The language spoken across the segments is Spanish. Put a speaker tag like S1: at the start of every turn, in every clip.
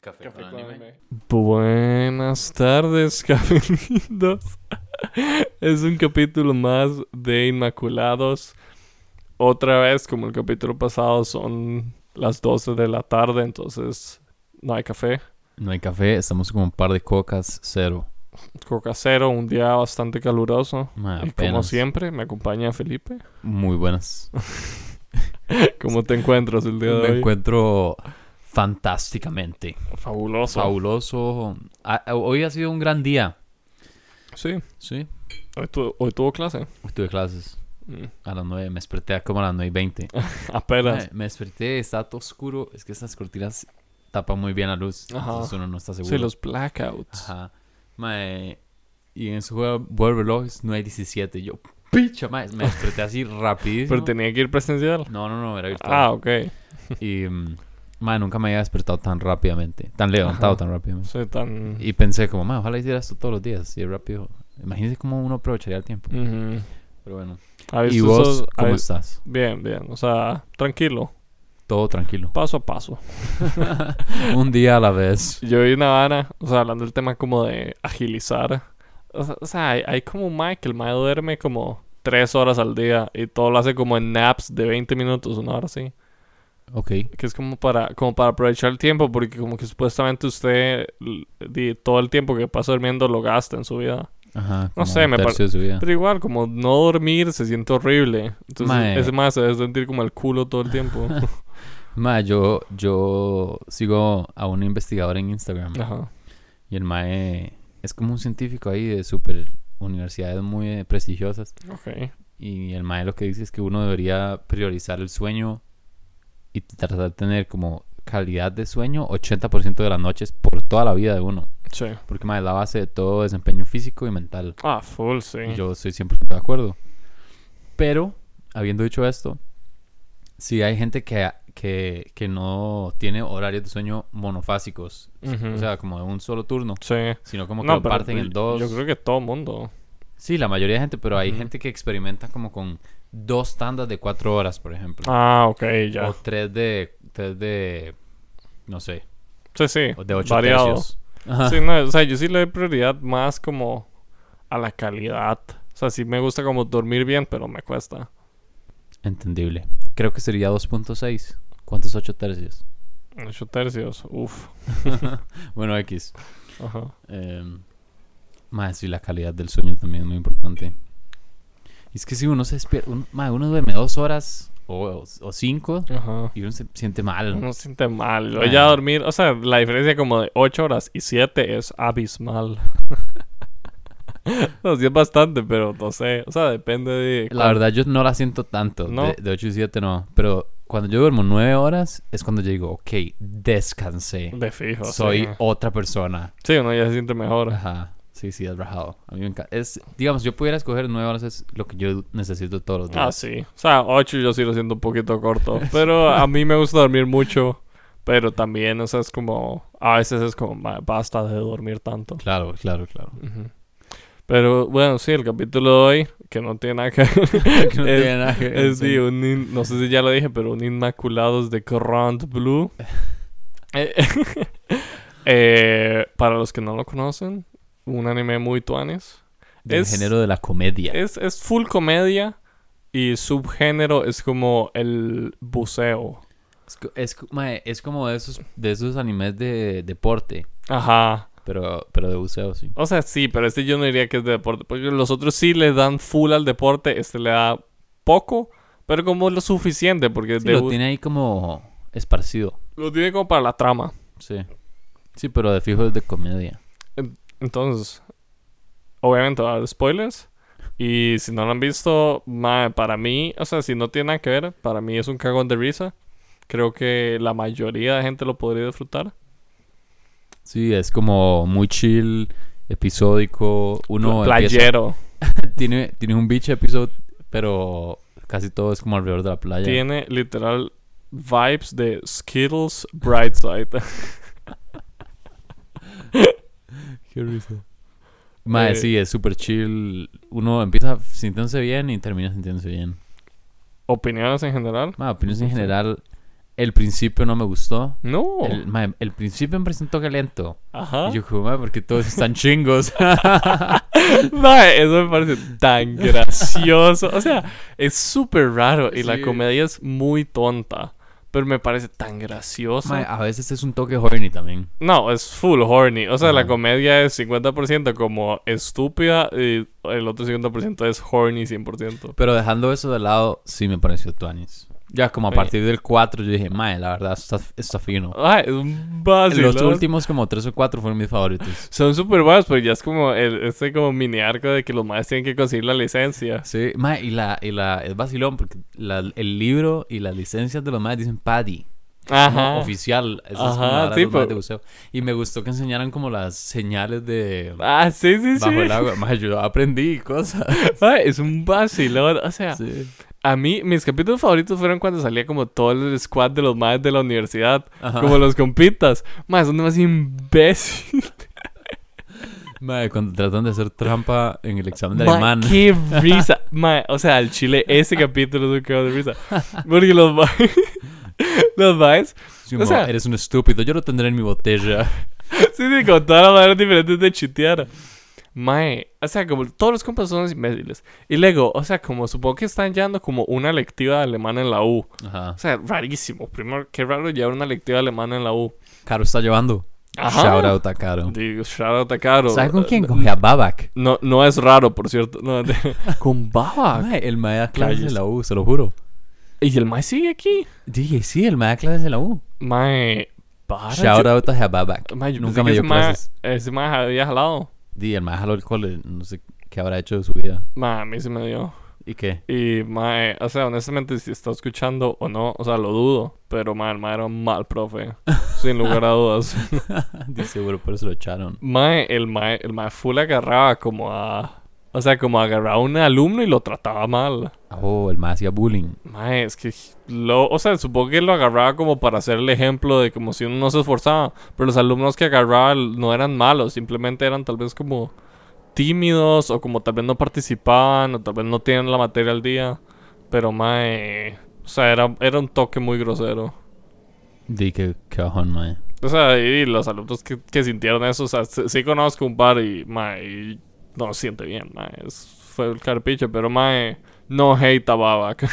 S1: Café, con anime.
S2: Buenas tardes, cafelitos. Es un capítulo más de Inmaculados. Otra vez, como el capítulo pasado, son las 12 de la tarde, entonces no hay café.
S1: No hay café, estamos con un par de cocas, cero.
S2: Coca cero, un día bastante caluroso.
S1: Ma,
S2: Y como
S1: apenas.
S2: siempre, me acompaña Felipe.
S1: Muy buenas.
S2: ¿Cómo te encuentras el día de
S1: Me
S2: hoy?
S1: encuentro fantásticamente.
S2: Fabuloso.
S1: Fabuloso. Ah, ah, Hoy ha sido un gran día.
S2: sí,
S1: Sí.
S2: hoy, tu- hoy tuvo clase.
S1: Hoy Tuve clases
S2: Mm,
S1: a las 9. Me desperté como a las 9 y 20.
S2: Apenas.
S1: Me desperté, está todo oscuro. Es que estas cortinas tapan muy bien la luz.
S2: Ajá.
S1: Entonces uno no está seguro.
S2: Sí, los blackouts.
S1: Ajá. Mae, y en su juego vuelve relojes, no hay 17. Yo, picha, mae, me desperté así rapidísimo.
S2: Pero tenía que ir presencial.
S1: No, no, no, era virtual.
S2: Ah, ok.
S1: Y, mm, mae, nunca me había despertado tan rápidamente, tan levantado
S2: Ajá. Mm.
S1: tan rápidamente.
S2: Soy tan...
S1: Y pensé como, mae, ojalá hiciera esto todos los días, y rápido. Imagínense cómo uno aprovecharía el tiempo.
S2: Ujú.
S1: Pero bueno.
S2: ¿Has
S1: ¿Y
S2: visto
S1: vos
S2: esos-
S1: cómo
S2: has-
S1: estás?
S2: Bien, bien. O sea, tranquilo.
S1: Todo tranquilo.
S2: Paso a paso.
S1: Un día a la vez.
S2: Yo vi una vara, o sea, hablando del tema como de agilizar. O sea, o sea, hay, hay como un mae que el mae duerme como tres horas al día y todo lo hace como en naps de 20 minutos, una hora así.
S1: Ok.
S2: Que es como para, como para aprovechar el tiempo porque como que supuestamente usted l- di- todo el tiempo que pasa durmiendo lo gasta en su vida.
S1: Ajá.
S2: No
S1: como
S2: sé,
S1: un
S2: me par-
S1: tercio de su vida.
S2: Pero igual, como no dormir se siente horrible. Entonces,
S1: Mae.
S2: ese mae se debe sentir como el culo todo el tiempo.
S1: Ma, yo, yo sigo a un investigador en Instagram
S2: Ajá.
S1: y el mae es como un científico ahí de super universidades muy eh, prestigiosas
S2: Ok.
S1: y el mae lo que dice es que uno debería priorizar el sueño y tratar de tener como calidad de sueño 80% de las noches por toda la vida de uno,
S2: Sí.
S1: porque mae es la base de todo desempeño físico y mental.
S2: Ah, full, sí.
S1: Y yo estoy 100% de acuerdo. Pero, habiendo dicho esto, sí hay gente que, que, que no tiene horarios de sueño monofásicos.
S2: Ujú.
S1: O sea, como de un solo turno.
S2: sí.
S1: Sino como que
S2: No,
S1: lo
S2: pero
S1: parten en
S2: yo-
S1: dos.
S2: Yo creo que todo mundo.
S1: Sí, la mayoría de gente, pero hay
S2: Ujú.
S1: gente que experimenta como con dos tandas de cuatro horas, por ejemplo.
S2: Ah, ok, ya.
S1: O tres de... Tres de... No sé.
S2: sí, sí.
S1: o De ocho
S2: variado.
S1: tercios. Ajá.
S2: Sí, no, o sea, yo sí le doy prioridad más como a la calidad. O sea, sí me gusta como dormir bien, pero me cuesta.
S1: Entendible. Creo que sería 2.6. ¿Cuántos ocho tercios?
S2: Ocho tercios, uff.
S1: Bueno, X.
S2: Ajá.
S1: más y la calidad del sueño también es muy importante. Y es que si uno se despierta, uno, mae, uno duerme dos horas o, o cinco
S2: Ajá.
S1: y uno se siente mal.
S2: Uno se siente mal.
S1: Ah.
S2: Luego ya dormir, o sea, la diferencia como de 8 horas y 7 es abismal. no, sí es bastante, pero no sé. O sea, depende de.
S1: La verdad, yo no la siento tanto.
S2: Ah. No.
S1: De, de 8 y 7 no. Pero cuando yo duermo nueve horas es cuando yo digo, ok, descansé.
S2: De fijo.
S1: Soy
S2: Sí.
S1: otra persona.
S2: Sí, uno ya se siente mejor.
S1: Ajá. Sí, sí, es rajado. A mí me encanta. Es, digamos, yo pudiera escoger nueve horas es lo que yo necesito todos los días.
S2: Ah, sí. O sea, 8 yo sí lo siento un poquito corto. Pero a mí me gusta dormir mucho. Pero también, o sea, es como. A veces es como, "Ma, basta de dormir tanto.
S1: Claro, claro, claro.
S2: Ujú. Pero bueno, sí, el capítulo de hoy, que no tiene nada que ver.
S1: Que no
S2: Es-
S1: tiene nada que ver,
S2: es
S1: sí.
S2: de un. in- no sé si ya lo dije, pero un Inmaculados de Grand Blue. Eh, eh, para los que no lo conocen, un anime muy tuanes.
S1: Del
S2: es-
S1: género de la comedia.
S2: Es, es full comedia y subgénero es como el buceo.
S1: Es, co- es co- mae, es como de esos, de esos animes de deporte,
S2: Ajá.
S1: pero, pero de buceo, sí.
S2: O sea, sí, pero este yo no diría que es de deporte. Porque los otros sí le dan full al deporte. Este le da poco, pero como lo suficiente. Porque
S1: Sí,
S2: de
S1: lo
S2: bu-
S1: tiene ahí como esparcido,
S2: lo tiene como para la trama.
S1: sí. Sí, pero de fijo es de comedia.
S2: Entonces, obviamente va a haber spoilers. Y si no lo han visto, mae, para mí, o sea, si no tiene nada que ver, para mí es un cagón de risa. Creo que la mayoría de gente lo podría disfrutar.
S1: Sí, es como muy chill, episódico. Uno
S2: Pla-
S1: empieza-
S2: playero.
S1: tiene, tiene un biche episodio, pero casi todo es como alrededor de la playa.
S2: Tiene literal vibes de Skittles Brightside.
S1: Mae,
S2: Eh,
S1: sí, es súper chill. Uno empieza sintiéndose bien y termina sintiéndose bien.
S2: Opiniones en general.
S1: Mae, opiniones en
S2: Sí.
S1: general. El principio no me gustó.
S2: No.
S1: El, mae, el principio me presentó que lento.
S2: Ajá.
S1: Y yo como, mae, porque todos están chingos.
S2: Mae, eso me parece tan gracioso. O sea, es súper raro y la
S1: Sí.
S2: comedia es muy tonta. Pero me parece tan gracioso.
S1: Mae, a veces es un toque horny también.
S2: No, es full horny. O sea, la
S1: Ajá.
S2: comedia es 50% como estúpida y el otro 50% es horny 100%.
S1: Pero dejando eso de lado, sí me pareció Tuanis. Ya como a
S2: Sí.
S1: partir del 4 yo dije, mae, la verdad, esto está, está fino.
S2: Ay, es un vacilón.
S1: Los últimos como 3 o 4 fueron mis favoritos.
S2: Son súper buenos, pero ya es como el, este como mini arco de que los más tienen que conseguir la licencia.
S1: Sí, mae, y la, y la, es vacilón porque la- el libro y las licencias de los maes dicen Paddy.
S2: Ajá.
S1: ¿no? Oficial. Eso es
S2: Ajá,
S1: como la vara de
S2: sí,
S1: los maes
S2: pero-
S1: de buceo. Y me gustó que enseñaran como las señales de
S2: Ah, sí, sí, sí.
S1: bajo el agua. Mae, yo aprendí cosas.
S2: Ay, es un vacilón. O sea,
S1: Sí.
S2: a mí, mis capítulos favoritos fueron cuando salía como todo el squad de los madres de la universidad.
S1: Ajá.
S2: Como los compitas. Más, son más imbécil.
S1: Mae, cuando tratan de hacer trampa en el examen de
S2: Mae,
S1: alemán.
S2: Qué risa. Mae, o sea, al chile, ese capítulo es un cago de risa. Porque los maes. los maes.
S1: Sí,
S2: o
S1: mo,
S2: sea-
S1: eres un estúpido. Yo lo tendré en mi botella.
S2: Sí, sí, con todas las maneras diferentes de chitear. Mae, o sea, como todos los compas son unos imbéciles. Y luego, o sea, como supongo que están llevando como una lectiva alemana en la U.
S1: Ajá.
S2: O sea, rarísimo. Primero, qué raro llevar una lectiva alemana en la U.
S1: Caro está llevando.
S2: Ajá.
S1: Shout out a Caro.
S2: Digo, shout out a Caro.
S1: ¿Sabes con quién? Con a Babak.
S2: No, no es raro, por cierto. No, de- con Baba.
S1: Mae, el mae da clases
S2: Calles.
S1: de la U, se lo juro.
S2: Y el mae sigue aquí.
S1: Dije, sí, el mae da clases de la U.
S2: Mae, para.
S1: Shout
S2: yo-
S1: out a Babak.
S2: Mae, yo
S1: Nunca me dio
S2: pensé que ese mae-
S1: clases.
S2: Ese mae había jalado.
S1: Di, el mae jaló el cole. No sé qué habrá hecho de su vida.
S2: Mae, a mí se me dio.
S1: ¿Y qué?
S2: Y mae, o sea, honestamente, si está escuchando o no, o sea, lo dudo. Pero mae, el mae era un mal profe. sin lugar a dudas.
S1: Di, seguro, pero se lo echaron.
S2: Mae, el mae, el mae full agarraba como a. O sea, como agarraba a un alumno y lo trataba mal.
S1: Oh, el mae hacía bullying.
S2: Mae, es que lo, o sea, supongo que lo agarraba como para hacer el ejemplo de como si uno no se esforzaba, pero los alumnos que agarraba l- no eran malos, simplemente eran tal vez como tímidos o como tal vez no participaban o tal vez no tienen la materia al día, pero mae, o sea, era, era un toque muy grosero.
S1: Di, qué, qué bajón, mae.
S2: O sea, y los alumnos que, que sintieron eso, o sea, sí, sí conozco un par y mae, y no se siente bien, mae, es- fue el carpicho, pero mae, no hate a Babak.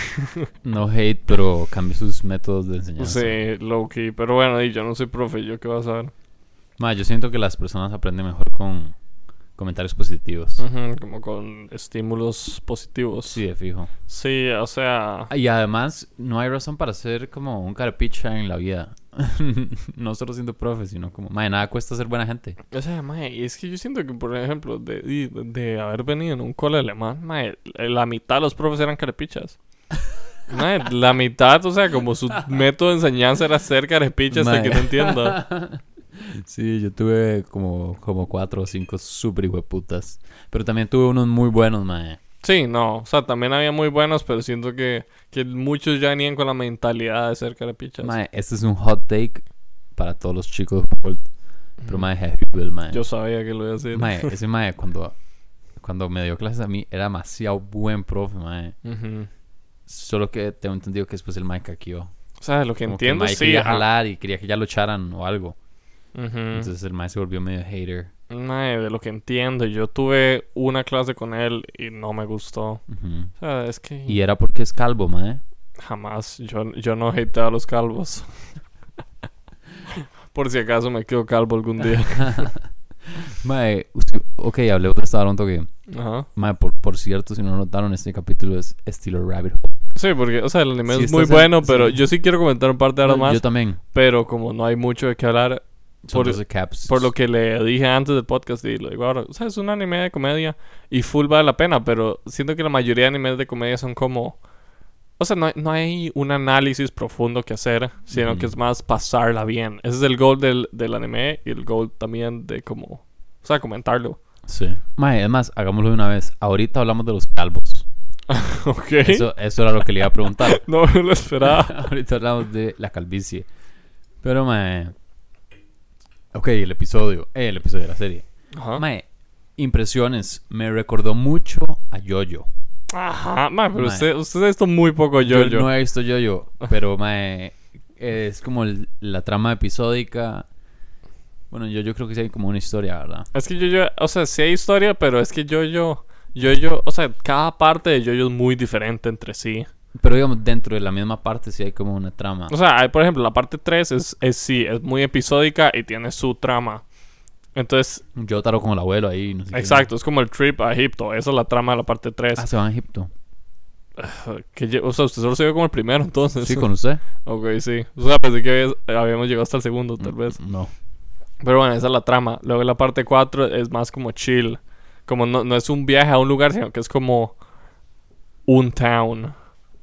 S1: No hate, pero cambió sus métodos de enseñanza.
S2: Sí, low key. Pues, eh, Pero bueno, y yo no soy profe, yo qué vas a ver.
S1: Mae, yo siento que las personas aprenden mejor con comentarios positivos.
S2: Mm. Como con estímulos positivos.
S1: Sí, de fijo.
S2: Sí, o sea.
S1: Y además, no hay razón para ser como un carpicha en la vida. no solo siendo profe, sino como, madre, nada cuesta ser buena gente.
S2: O sea, mae, y es que yo siento que, por ejemplo, de, y- de haber venido en un cole alemán, mae, eh, la mitad de los profes eran carepichas. Mae, la mitad, o sea, como su método de enseñanza era ser carepichas hasta
S1: Mae.
S2: que no entienda.
S1: Sí, yo tuve como, como cuatro o cinco súper hueputas. Pero también tuve unos muy buenos, madre.
S2: Sí, no, o sea, también había muy buenos, pero siento que, que muchos ya venían con la mentalidad de ser carepichas.
S1: Madre, este es un hot take para todos los chicos de Humboldt. Pero, madre, heavy, el madre.
S2: Mm. Yo sabía que lo iba a decir.
S1: Mae, ese madre, cuando, cuando me dio clases a mí, era demasiado buen profe, madre.
S2: Ujú.
S1: Solo que tengo entendido que después el madre caquió.
S2: O sea, lo que
S1: Como
S2: entiendo,
S1: el mae
S2: sí.
S1: quería
S2: ajá. Mm.
S1: jalar y quería que ya lo echaran o algo.
S2: Ujú.
S1: Entonces el maestro se volvió medio hater.
S2: Mae, de lo que entiendo, yo tuve una clase con él y no me gustó.
S1: Ujú.
S2: O sea, es que
S1: Y e- era porque es calvo, mae.
S2: jamás, yo, yo no hateaba a los calvos. Por si acaso me quedo calvo algún día.
S1: Mae, usted- ok, hablé de esta hora un toque.
S2: Ajá.
S1: Mae, por, por cierto, si no notaron, este capítulo es estilo Rabbit
S2: Sí, porque, o sea, el anime
S1: Sí,
S2: es muy
S1: estás en-
S2: bueno, pero
S1: sí.
S2: yo sí quiero comentar un par de
S1: Hole.
S2: horas
S1: No,
S2: más.
S1: yo también.
S2: Pero como no hay mucho de qué hablar,
S1: Son
S2: Por-
S1: 12 caps.
S2: por lo que le dije antes del podcast y lo digo ahora, o sea, es un anime de comedia y full vale la pena, pero siento que la mayoría de animes de comedia son como... O sea, no, hay- no hay un análisis profundo que hacer, sino
S1: Ujú.
S2: que es más pasarla bien. Ese es el goal del, del anime y el goal también de como... O sea, comentarlo.
S1: Sí. Mae, además, hagámoslo de una vez. Ahorita hablamos de los calvos.
S2: ok.
S1: Eso, eso era lo que le iba a preguntar.
S2: No me lo esperaba.
S1: Ahorita hablamos de la calvicie. Pero, mae. Ok, el episodio. eh, el episodio de la serie.
S2: Ajá.
S1: Mae, impresiones. Me recordó mucho a Yoyo.
S2: Ajá, mae, pero
S1: Mae.
S2: usted, usted ha visto muy poco
S1: Yo,
S2: yo-yo.
S1: no he visto Yoyo, pero mae, eh, es como el- la trama episódica. Bueno, yo, yo creo que sí hay como una historia, ¿verdad?
S2: Es que yo, yo, o sea, sí hay historia, pero es que yo, yo, yo, yo, o sea, cada parte de yo, yo es muy diferente entre sí.
S1: Pero digamos, dentro de la misma parte sí hay como una trama.
S2: O sea, hay, por ejemplo, la parte 3 es, es sí, es muy episódica y tiene su trama. Entonces,
S1: Yo taro con el abuelo ahí, no sé qué.
S2: exacto, es como el trip a Egipto. Esa es la trama de la parte 3.
S1: Ah, se va a Egipto.
S2: Que lle- o sea, usted solo se vio como el primero, entonces.
S1: Sí, con usted.
S2: Ok, sí. O sea, pensé que habías- habíamos llegado hasta el segundo,
S1: Mm.
S2: tal vez.
S1: No.
S2: Pero bueno, esa es la trama. Luego la parte 4 es más como chill. Como no, no es un viaje a un lugar, sino que es como un town.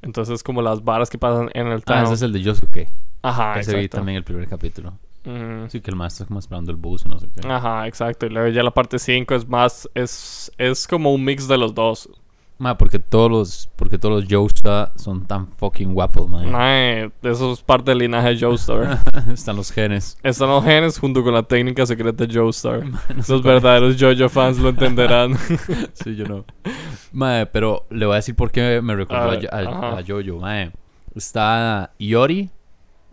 S2: Entonces, como las varas que pasan en el
S1: Ah,
S2: town.
S1: ese es el de Yosuke.
S2: Ajá,
S1: ese vi
S2: Ah, exacto.
S1: también el primer capítulo.
S2: Mm.
S1: Sí, que el maestro es como esperando el bus, no sé qué.
S2: Ajá, exacto. Y luego ya la parte 5 es más. Es, es como un mix de los dos.
S1: Ma, porque todos los, porque todos los Joestar son tan fucking guapos,
S2: Ah.
S1: man.
S2: Mae, eso es parte del linaje Joestar.
S1: Están los genes.
S2: Están los genes junto con la técnica secreta de Joestar.
S1: No sé
S2: Los
S1: cuál-
S2: verdaderos JoJo fans lo entenderán.
S1: Sí, yo no. Mae, pero le voy a decir por qué me recordó
S2: A
S1: a,
S2: ver,
S1: Yo- a-
S2: ajá.
S1: a Jojo, mae. Está Iori,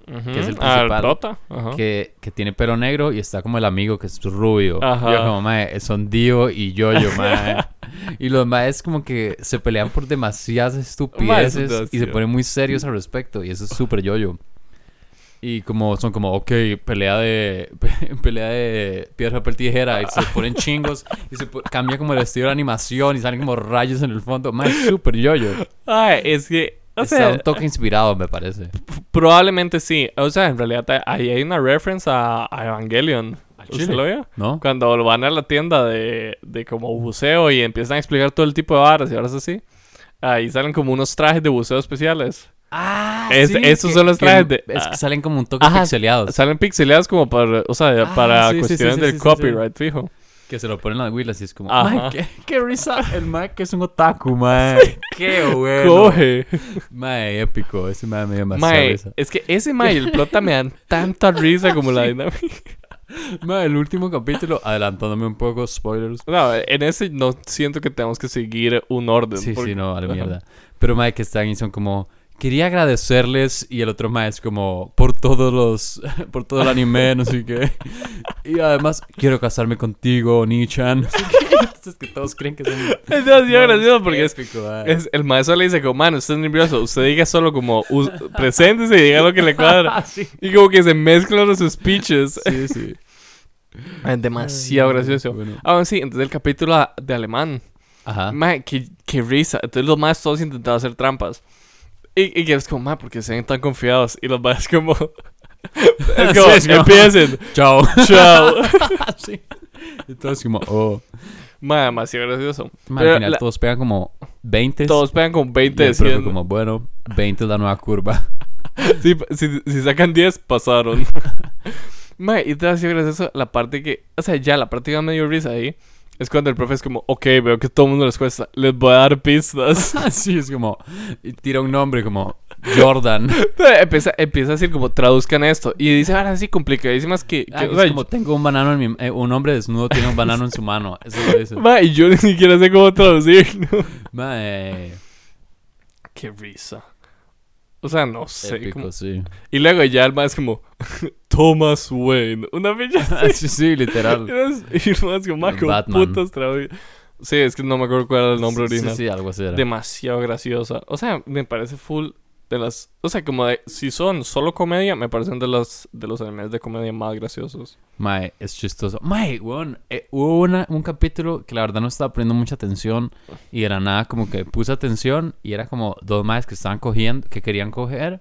S2: que
S1: es el principal.
S2: Prota. Ajá.
S1: que, que tiene pelo negro, y está como el amigo que es rubio.
S2: Ajá.
S1: Yo como, mae, son Dio y Jojo, mae. y los maes como que se pelean por demasiadas estupideces
S2: Mae, eso
S1: y se
S2: sí.
S1: ponen muy serios al respecto. Y eso es súper Jojo. Y como son como, ok, pelea de pelea de piedra, papel, tijera. Y se ponen chingos y se po- cambia como el estilo de animación y salen como rayos en el fondo. Mae, es súper Jojo.
S2: Ay, es que. O
S1: Está
S2: sea,
S1: un toque inspirado, me parece.
S2: probablemente sí. O sea, en realidad eh, ahí hay una reference a, a Evangelion. ¿Usted
S1: chile?
S2: lo vio?
S1: ¿No?
S2: Cuando van a la tienda de, de como buceo y empiezan a explicar todo el tipo de barras y ahora es así. Ahí salen como unos trajes de buceo especiales.
S1: Ah,
S2: Es- esos son los trajes de-
S1: Es
S2: ah.
S1: que salen como un toque
S2: Ajá.
S1: pixeleados.
S2: Salen pixeleados como para, o sea,
S1: Ah,
S2: para
S1: sí, sí, sí,
S2: cuestiones
S1: sí,
S2: del
S1: sí, sí,
S2: copyright, fijo.
S1: Que se lo ponen las huilas y es como...
S2: Ajá.
S1: "Mae, qué, qué risa! El Mac que es un otaku, mae. ¡Qué bueno!
S2: Coge.
S1: Mae, épico. Ese mae me dio demasiada
S2: Mae,
S1: risa.
S2: es que ese Mae y el prota me dan tanta risa como la
S1: Sí.
S2: dinámica.
S1: Mae, el último capítulo... Adelantándome un poco, spoilers.
S2: No, en ese no siento que tengamos que seguir un orden.
S1: Sí,
S2: porque-
S1: sí, no, a la
S2: Ajá.
S1: mierda. Pero mae, que están y son como... Quería agradecerles y el otro mae es como por todos los por todo el anime, no sé qué. Y además quiero casarme contigo, Nichan. No sé qué. Entonces que todos creen que son
S2: Es demasiado gracioso porque es,
S1: épico, ah. mae.
S2: es- el maestro le dice como, man, usted es nervioso, usted diga solo como, "Us- preséntese y diga lo que le cuadra.
S1: sí.
S2: Y como que se mezclan los speeches.
S1: Sí, sí.
S2: Es demasiado gracioso.
S1: Bueno. Mm.
S2: Ah, bueno, sí, entonces el capítulo a- de alemán.
S1: Ajá.
S2: Mae, qué, qué risa. Entonces los maestros todos intentaban hacer trampas. Y, y que es como, man, porque se ven tan confiados. Y los maestros como... es
S1: Sí,
S2: como,
S1: es como-
S2: empiecen.
S1: Chao.
S2: Chao.
S1: sí. Entonces como, oh.
S2: Mae, demasiado gracioso.
S1: Ma, al
S2: Pero
S1: final
S2: la-
S1: todos pegan como 20.
S2: Todos pegan con
S1: y
S2: 20
S1: el
S2: de
S1: profe
S2: 100.
S1: como, bueno, 20 es la nueva curva.
S2: Sí, pa- si, si sacan 10, pasaron. Mae, y te hacía gracioso la parte que. O sea, ya la parte que me dio risa ahí. Es cuando el profe es como, ok, veo que todo el mundo les cuesta. Les voy a dar pistas.
S1: Así es como, y tira un nombre como Jordan.
S2: empieza, empieza a decir como, traduzcan esto. Y dice, ahora sí, complicadísimas que. que-
S1: Ah,
S2: o
S1: es
S2: sea,
S1: como, tengo un banano en mi... eh, un hombre desnudo tiene un banano en su mano. Eso lo dice.
S2: mae, y yo ni siquiera sé cómo traducir. ¿no?
S1: Ma, eh,
S2: Qué risa. O sea, no sé.
S1: épico,
S2: como-
S1: sí.
S2: Y luego ya el mae es como, Thomas Wayne. Una pinche
S1: Ah, sí, sí, literal.
S2: Y más como, "Ma, ¿cómo
S1: Batman.
S2: putas traducir?" Sí, es que no me acuerdo cuál era el nombre
S1: Sí, sí,
S2: original.
S1: sí, algo así era.
S2: Demasiado graciosa. O sea, me parece full de las. O sea, como de. Si son solo comedia, me parecen de los, de los animes de comedia más graciosos.
S1: Mae, es chistoso. Mae, weón, eh, hubo una- un capítulo que la verdad no estaba poniendo mucha atención y de la nada como que puse atención y era como dos maes que estaban cogiendo, que querían coger,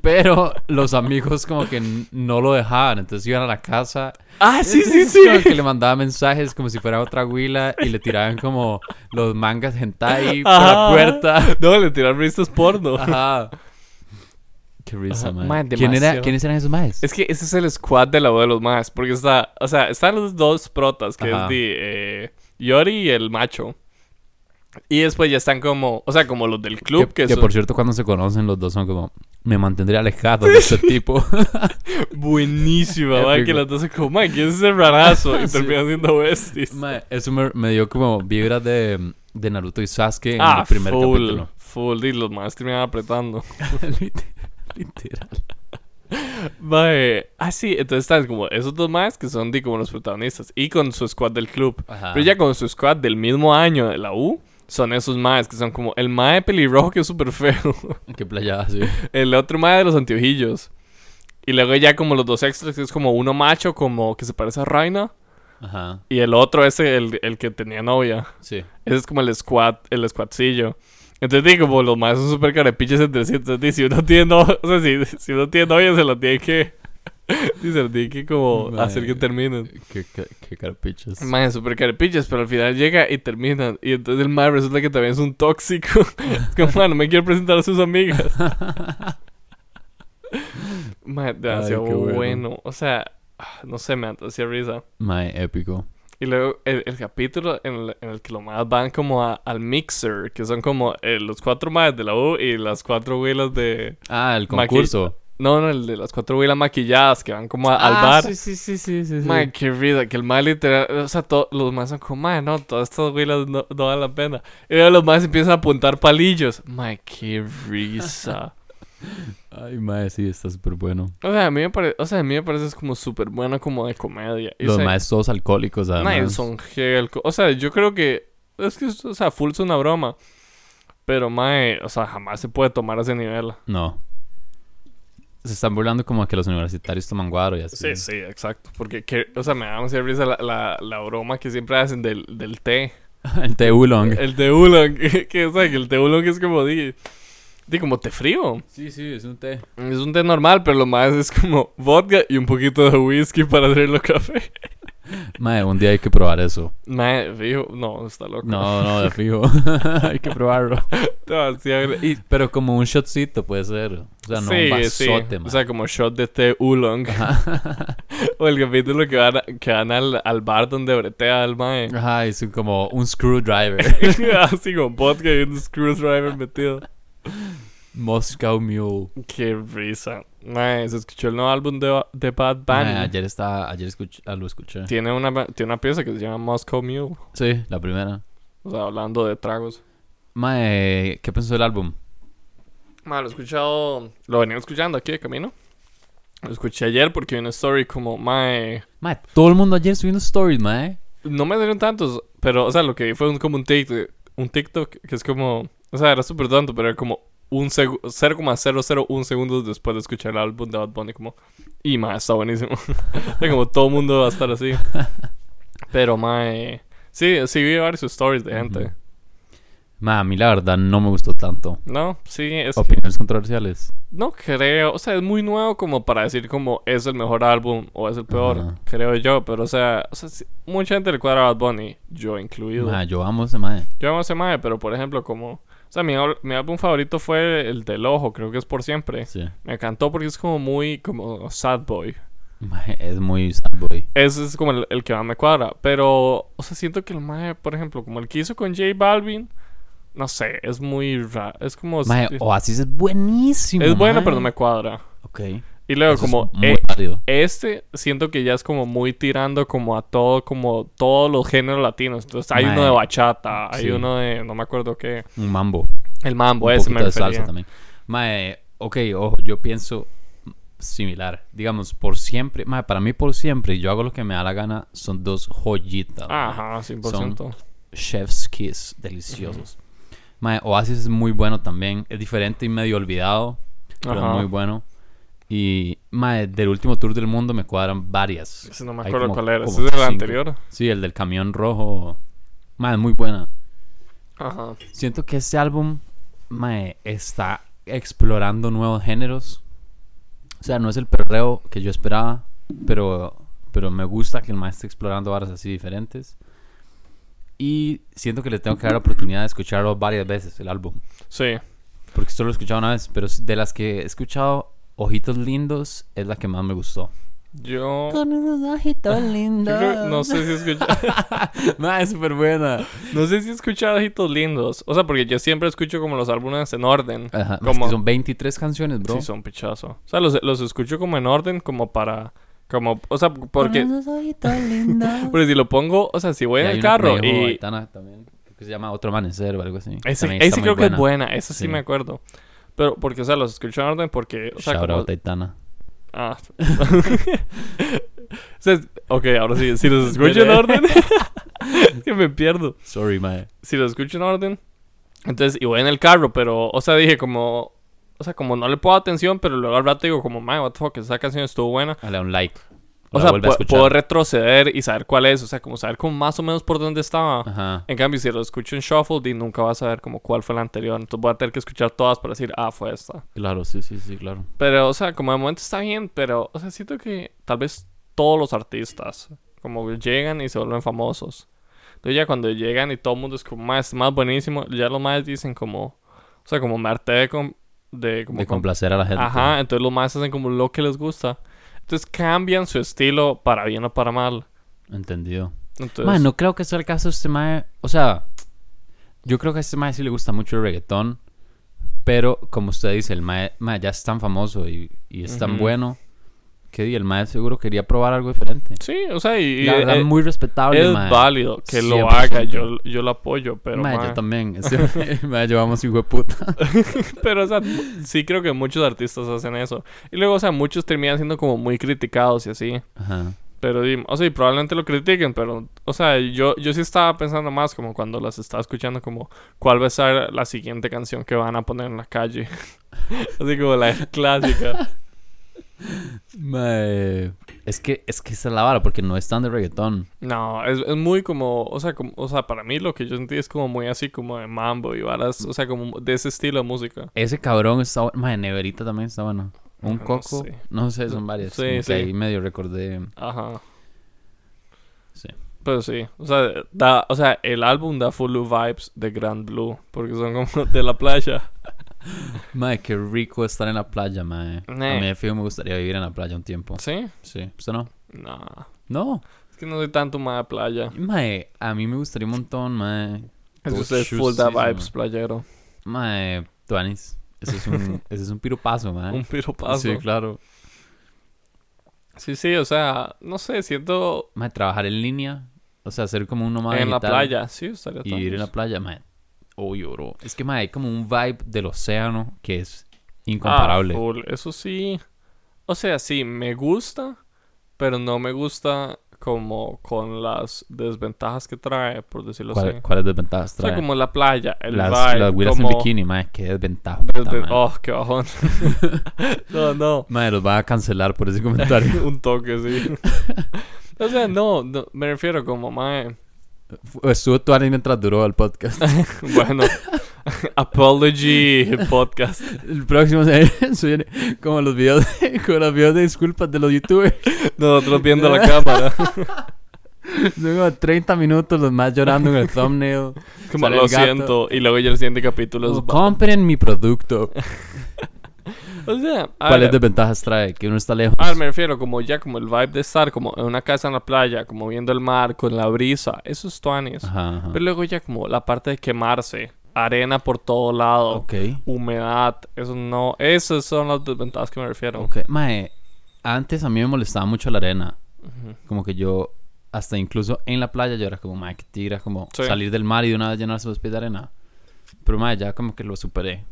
S1: pero los amigos como que n- no lo dejaban, entonces iban a la casa.
S2: ah, sí, sí,
S1: Entonces,
S2: sí.
S1: como que le mandaban mensajes como si fuera otra huila y le tiraban como los mangas hentai por la
S2: Ajá.
S1: puerta.
S2: No, le tiran revistas porno.
S1: Ajá. Qué risa,
S2: Ajá.
S1: mae.
S2: Mae,
S1: ¿Quién era,
S2: demasiado.
S1: ¿Quiénes eran esos maes?
S2: Es que ese es el squad de la voz de los más. Porque está. O sea, están los dos protas, que
S1: Ajá.
S2: es de. eh, Yori y el macho. Y después ya están como. O sea, como los del club,
S1: que,
S2: que,
S1: que
S2: son
S1: por cierto, cuando se conocen, los dos son como, me mantendré alejado de ese tipo.
S2: buenísima, ma, Que
S1: Épico.
S2: las dos son como, man, ¿quién es ese rarazo? Y
S1: Sí.
S2: terminan siendo besties.
S1: Ma, eso me, me dio como vibras de, de Naruto y Sasuke en
S2: ah,
S1: el primer
S2: full,
S1: capítulo.
S2: full, y los más terminan apretando.
S1: Liter- Literal.
S2: Mae. Ah, sí, entonces están como esos dos más que son di, como los protagonistas. Y con su squad del club.
S1: Ajá.
S2: Pero ya con su squad del mismo año de la U, son esos más que son como el mae pelirrojo que es súper feo.
S1: Qué playada, sí.
S2: El otro mae de los anteojillos. Y luego ya como los dos extras, que es como uno macho, como que se parece a Reina.
S1: Ajá,
S2: Y el otro es el, el que tenía novia.
S1: sí.
S2: Ese es como el squad, el squadcillo. Entonces digo, como los más son súper carepiches entre sí. Entonces, di, si uno tiene novia, o sea, si, si uno tiene novia, se la tiene que. y se la tiene que como
S1: Mae.
S2: hacer que terminen.
S1: Qué, qué, qué carpichos.
S2: Más súper carepiches, pero al final llega y terminan. Y entonces el mae resulta que también es un tóxico. es como, "Mae, no me quiere presentar a sus amigas. Mae, demasiado
S1: qué bueno.
S2: bueno. O sea, ah, no sé, me hacía risa.
S1: Mae, épico.
S2: Y luego el, el capítulo en el, en el que los más van como a- al mixer, que son como eh, los cuatro más de la U y las cuatro huilas de...
S1: Ah, el
S2: Maqui-
S1: concurso.
S2: No, no, el de las cuatro huilas maquilladas que van como a- al
S1: Ah,
S2: bar.
S1: Sí, sí, sí, sí, sí. sí.
S2: Mae, qué risa, que el mal literal, o sea, to- los más son como, mae, no, todas estas huilas no, no valen la pena. Y luego los más empiezan a apuntar palillos. Mae, qué risa.
S1: Ay, mae, sí, está súper bueno.
S2: o sea, a mí me parece, o sea, a mí me parece es como súper bueno como de comedia. Y, o
S1: Los
S2: sea,
S1: maes todos alcohólicos, además.
S2: Mae, son gel- O sea, yo creo que. Es que, o sea, full es una broma. Pero, mae, o sea, jamás se puede tomar a ese nivel.
S1: No. Se están burlando como que los universitarios toman guaro y así.
S2: Sí, sí, exacto. Porque, que- o sea, me da mucha risa la, la, la broma que siempre hacen del, del té.
S1: el té oolong.
S2: El té oolong. Que, o sea, que el té oolong es como, di, di, como té frío.
S1: Sí, sí, es un té.
S2: Es un té normal, pero lo más es como vodka y un poquito de whisky para hacerlo café.
S1: Mae, un día hay que probar eso.
S2: Mae, fijo, no, está loco.
S1: No, no, de fijo. hay que probarlo.
S2: Demasiado- y-
S1: Pero como un shotcito puede ser. O sea, no un vasote, mae.
S2: O sea, como shot de té oolong. o el capítulo que van, a- que van al, al bar donde bretea el mae.
S1: Ajá, es un- como un screwdriver.
S2: Así con vodka y un screwdriver metido.
S1: Moscow Mule.
S2: Qué risa. Mae, se escuchó el nuevo álbum de, de Bad Bunny.
S1: Mae, ayer estaba, ayer escuch- ah, lo escuché.
S2: tiene, una, ba- tiene una pieza que se llama Moscow Mule.
S1: Sí, la primera.
S2: O sea, hablando de tragos.
S1: Mae, ¿qué pensó del álbum?
S2: Mae, lo he escuchado... Lo venía escuchando aquí de camino. Lo escuché ayer porque vi una story como, mae...
S1: Mae, todo el mundo ayer subiendo stories, mae.
S2: No me salieron tantos, pero, o sea, lo que vi fue un, como un TikTok, un TikTok que es como, o sea, era súper tonto, pero era como un segu- 0,001 segundos después de escuchar el álbum de Bad Bunny, como, y más, está buenísimo. O sea, como todo el mundo va a estar así. Pero, mae, sí, sí vi varios stories de gente,
S1: Ujú. Mae, a mí la verdad no me gustó tanto.
S2: ¿no? Sí, es que
S1: Opiniones controversiales.
S2: no creo, o sea, es muy nuevo como para decir como es el mejor álbum o es el peor,
S1: Ajá.
S2: creo yo, pero, o sea, o sea sí, mucha gente le cuadra a Bad Bunny, yo incluido.
S1: Mae, yo amo ese mae.
S2: Yo amo ese mae, pero por ejemplo, como. O sea, mi, al- mi álbum favorito fue el del ojo, creo que es por siempre.
S1: Sí.
S2: Me encantó porque es como muy. como sad boy.
S1: Mae, es muy sad boy.
S2: Ese es como el, el que más me cuadra. Pero, o sea, siento que el mae, por ejemplo, como el que hizo con J Balvin, no sé, es muy raro. Es como.
S1: Mae,
S2: es,
S1: Oasis es buenísimo.
S2: Pues, es bueno,
S1: mae.
S2: pero no me cuadra.
S1: Ok.
S2: Y luego,
S1: Eso es
S2: como.
S1: muy
S2: eh,
S1: válido.
S2: este siento que ya es como muy tirando como a todo, como todos los géneros latinos. Entonces hay
S1: Mae,
S2: uno de bachata, hay
S1: sí.
S2: uno de, no me acuerdo qué,
S1: Un mambo.
S2: el mambo,
S1: un
S2: ese me
S1: poquito de salsa
S2: refería.
S1: también. Mae, ok, ojo, yo pienso similar. Digamos, por siempre, mae, para mí por siempre, yo hago lo que me da la gana, son dos joyitas. mae.
S2: Ajá, 100%.
S1: Chef's Kiss, deliciosos. Mae, Oasis es muy bueno también, es diferente y medio olvidado, pero
S2: Ajá.
S1: muy bueno. Y, mae, del último tour del mundo me cuadran varias.
S2: Ese no me
S1: Hay
S2: acuerdo
S1: como-
S2: cuál era.
S1: como
S2: Ese es el
S1: cinco.
S2: anterior.
S1: Sí, el del camión rojo. Mae, muy buena.
S2: Ajá.
S1: Siento que este álbum mae, está explorando nuevos géneros. O sea, no es el perreo que yo esperaba, pero, pero me gusta que el mae esté explorando barras así diferentes. Y siento que le tengo que dar la oportunidad de escucharlo varias veces, el álbum.
S2: Sí.
S1: Porque solo lo he escuchado una vez, pero de las que he escuchado, Ojitos Lindos es la que más me gustó.
S2: Yo. yo
S1: Con esos ojitos lindos.
S2: creo- no sé si he escuchado.
S1: Mae, es súper buena.
S2: no sé si he escuchado Ojitos Lindos. O sea, porque yo siempre escucho como los álbumes en orden.
S1: Ajá, es
S2: Como-
S1: que son 23 canciones, Ah, bro.
S2: Sí, son pichazo. O sea, los, los escucho como en orden, como para. Como, o sea, porque. Porque si lo pongo, o sea, si voy
S1: Y
S2: en
S1: hay
S2: el
S1: una
S2: carro
S1: que me dijo
S2: y.
S1: Aitana también, creo que se llama Otro Amanecer o algo así.
S2: Ese,
S1: También
S2: ese
S1: está muy
S2: creo que es
S1: buena.
S2: buena, esa sí,
S1: Sí.
S2: me acuerdo. Pero, porque, o sea, los escucho en orden porque, o sea,
S1: Shout
S2: como-
S1: out Aitana.
S2: Ah. Entonces, ok, ahora sí. Si los escucho
S1: Esperé.
S2: en orden. que me pierdo.
S1: Sorry, mae.
S2: Si los escucho en orden. Entonces, y voy en el carro, pero, o sea, dije como. O sea, como no le puedo atención, pero luego al rato digo como, man, what the fuck, esa canción estuvo buena.
S1: Dale un like.
S2: O
S1: La
S2: sea,
S1: vuelve a
S2: pu-
S1: escuchar.
S2: puedo retroceder y saber cuál es. O sea, como saber como más o menos por dónde estaba.
S1: Ajá.
S2: En cambio, si lo escucho en Shuffle, y nunca vas a ver como cuál fue la anterior. Entonces voy a tener que escuchar todas para decir, ah, fue esta.
S1: Claro, sí, sí, sí, claro.
S2: Pero, o sea, como de momento está bien, pero, o sea, siento que tal vez todos los artistas como que llegan y se vuelven famosos. Entonces ya cuando llegan y todo el mundo es como más, más buenísimo, ya los más dicen como, o sea, como me harté de, com- de como
S1: De
S2: com-
S1: complacer a la gente.
S2: Ajá, entonces los más hacen como lo que les gusta. Entonces cambian su estilo para bien o para mal.
S1: Entendido.
S2: Entonces,
S1: Mae, no creo que sea el caso de este mae. O sea, yo creo que a este mae sí le gusta mucho el reggaetón. Pero, como usted dice, el mae, mae ya es tan famoso y, y es tan
S2: Ujú.
S1: bueno que di, el mae seguro quería probar algo diferente.
S2: sí, o sea, y, y-
S1: la verdad,
S2: eh,
S1: muy respetable,
S2: es
S1: mae.
S2: válido que lo
S1: 100%.
S2: haga, yo, yo lo apoyo, pero
S1: Mae,
S2: mae,
S1: yo también. Ese mae, llevamos hijo de puta.
S2: pero o sea, sí creo que muchos artistas hacen eso. Y luego, o sea, muchos terminan siendo como muy criticados y así.
S1: Ajá.
S2: Pero, y- o sea, y probablemente lo critiquen, pero, o sea, yo, yo sí estaba pensando más como cuando las estaba escuchando, como cuál va a ser la siguiente canción que van a poner en la calle. así como la clásica.
S1: Mae. Es que, es que esa es la vara, porque no es tan de reggaetón.
S2: No, es, es muy como, o sea, como, o sea, para mí lo que yo sentí es como muy así como de mambo y varas, o sea, como de ese estilo de música.
S1: Ese cabrón está bueno. Mae, Neverita también está bueno. Un
S2: No
S1: coco.
S2: sé.
S1: No sé, son varias.
S2: Sí,
S1: como que
S2: sí.
S1: ahí medio recordé.
S2: Ajá.
S1: Sí.
S2: Pero sí, o sea, da, o sea, el álbum da full vibes de Grand Blue, porque son como de la playa.
S1: Mae, qué rico estar en la playa, mae. A
S2: Ne.
S1: mí de fijo me gustaría vivir en la playa un tiempo.
S2: ¿Sí?
S1: Sí. ¿Usted no?
S2: No.
S1: No.
S2: Es que no soy tanto más de playa.
S1: Mae, a mí me gustaría un montón, mae.
S2: Es
S1: Todo
S2: que usted es full da
S1: chusísimo.
S2: vibes playero.
S1: Mae, Tuanis. Ese es un, ese es un piropazo, mae.
S2: Un piropazo.
S1: Ah. Sí,
S2: Sí,
S1: claro.
S2: sí, o sea, no sé, siento
S1: Mae, trabajar en línea. O sea, ser como un nómada
S2: en la
S1: digital
S2: playa. Sí, estaría
S1: Y
S2: tan-
S1: vivir en la playa, mae. Obvio, bro. Es que, mae, hay como un vibe del océano que es incomparable.
S2: Ah, full. Eso sí. O sea, sí, me gusta, pero no me gusta como con las desventajas que trae, por decirlo
S1: ¿Cuál-
S2: así.
S1: ¿Cuáles desventajas
S2: O sea,
S1: trae?
S2: como la playa, el
S1: las,
S2: vibe,
S1: las güiras en
S2: como...
S1: bikini, mae. Qué desventaja.
S2: Desde-
S1: mae.
S2: Oh, qué bajón. no, no.
S1: Madre, los va a cancelar por ese comentario.
S2: Un toque, sí. o sea, no, no, me refiero como, mae.
S1: Fu- Estuvo tu Ani mientras duró el podcast.
S2: Bueno, apology podcast.
S1: El próximo se se viene como los videos de, como los videos de disculpas de los youtubers.
S2: Nosotros viendo la cámara.
S1: Son como 30 minutos los más llorando en el thumbnail.
S2: Como
S1: Sale
S2: lo
S1: el gato. Oh,
S2: siento. Y luego ya el siguiente capítulo es.
S1: Como, compren mi producto.
S2: O sea, a
S1: ¿Cuáles
S2: ver,
S1: desventajas trae? Que uno está lejos.
S2: a ver, me refiero como ya como el vibe de estar como en una casa en la playa, como viendo el mar, con la brisa. Eso es tuanis.
S1: Ajá, ajá.
S2: Pero luego ya como la parte de quemarse. Arena por todo lado.
S1: Ok.
S2: humedad, eso no, esas son las desventajas que me refiero.
S1: Ok. Mae, antes a mí me molestaba mucho la arena.
S2: Ujú.
S1: Como que yo, hasta incluso en la playa, yo era como, mae, que tira, como
S2: Sí.
S1: salir del mar y de una vez llenarse los pies de arena. Pero, mae, ya como que lo superé.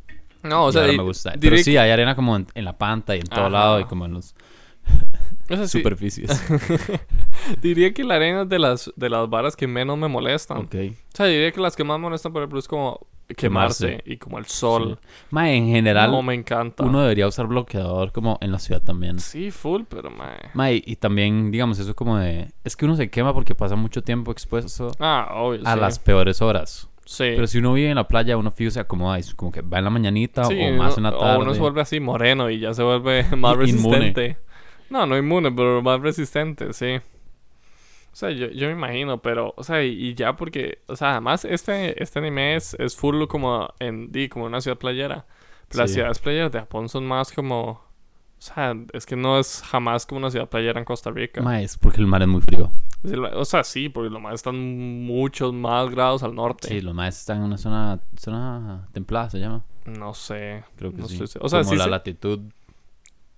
S2: No, o
S1: y
S2: sea,
S1: ahora
S2: di-
S1: me gusta. Pero
S2: diré
S1: sí, hay arena como en, en la panta y en todo
S2: Ajá.
S1: lado y como en las
S2: que- o sea, sí,
S1: superficies.
S2: diría que la arena es de las de las varas que menos me molestan.
S1: ok.
S2: O sea, diría que las que más me molestan por ejemplo es como quemarse,
S1: Quemarse.
S2: y como el sol.
S1: Mae, en general,
S2: No me encanta.
S1: uno debería usar bloqueador como en la ciudad también.
S2: Sí, full, pero mae.
S1: Mae, y también, digamos, eso como de... Es que uno se quema porque pasa mucho tiempo expuesto
S2: Ah, obvio,
S1: a
S2: sí.
S1: las peores horas.
S2: sí.
S1: Pero si uno vive en la playa, uno fijo se acomoda. Es como que va en la mañanita
S2: Sí,
S1: o más en
S2: uno-
S1: la tarde.
S2: O uno se vuelve así moreno y ya se vuelve más
S1: In- inmune.
S2: resistente. No, no inmune, pero más resistente, sí. O sea, yo, yo me imagino, pero, o sea, y, y ya porque, o sea, además este, este anime es, es full como en di, como una ciudad playera. Pero Las
S1: Sí.
S2: ciudades playeras de Japón son más como, o sea, es que no es jamás como una ciudad playera en Costa Rica.
S1: Mae, es porque el mar es muy frío.
S2: Es decir, O sea, sí, porque lo más están muchos más grados al norte.
S1: Sí, los maes están en una zona, zona templada, se llama.
S2: No sé.
S1: Creo que
S2: No
S1: sí.
S2: sé si- o sea,
S1: como
S2: sí
S1: la
S2: se-
S1: latitud.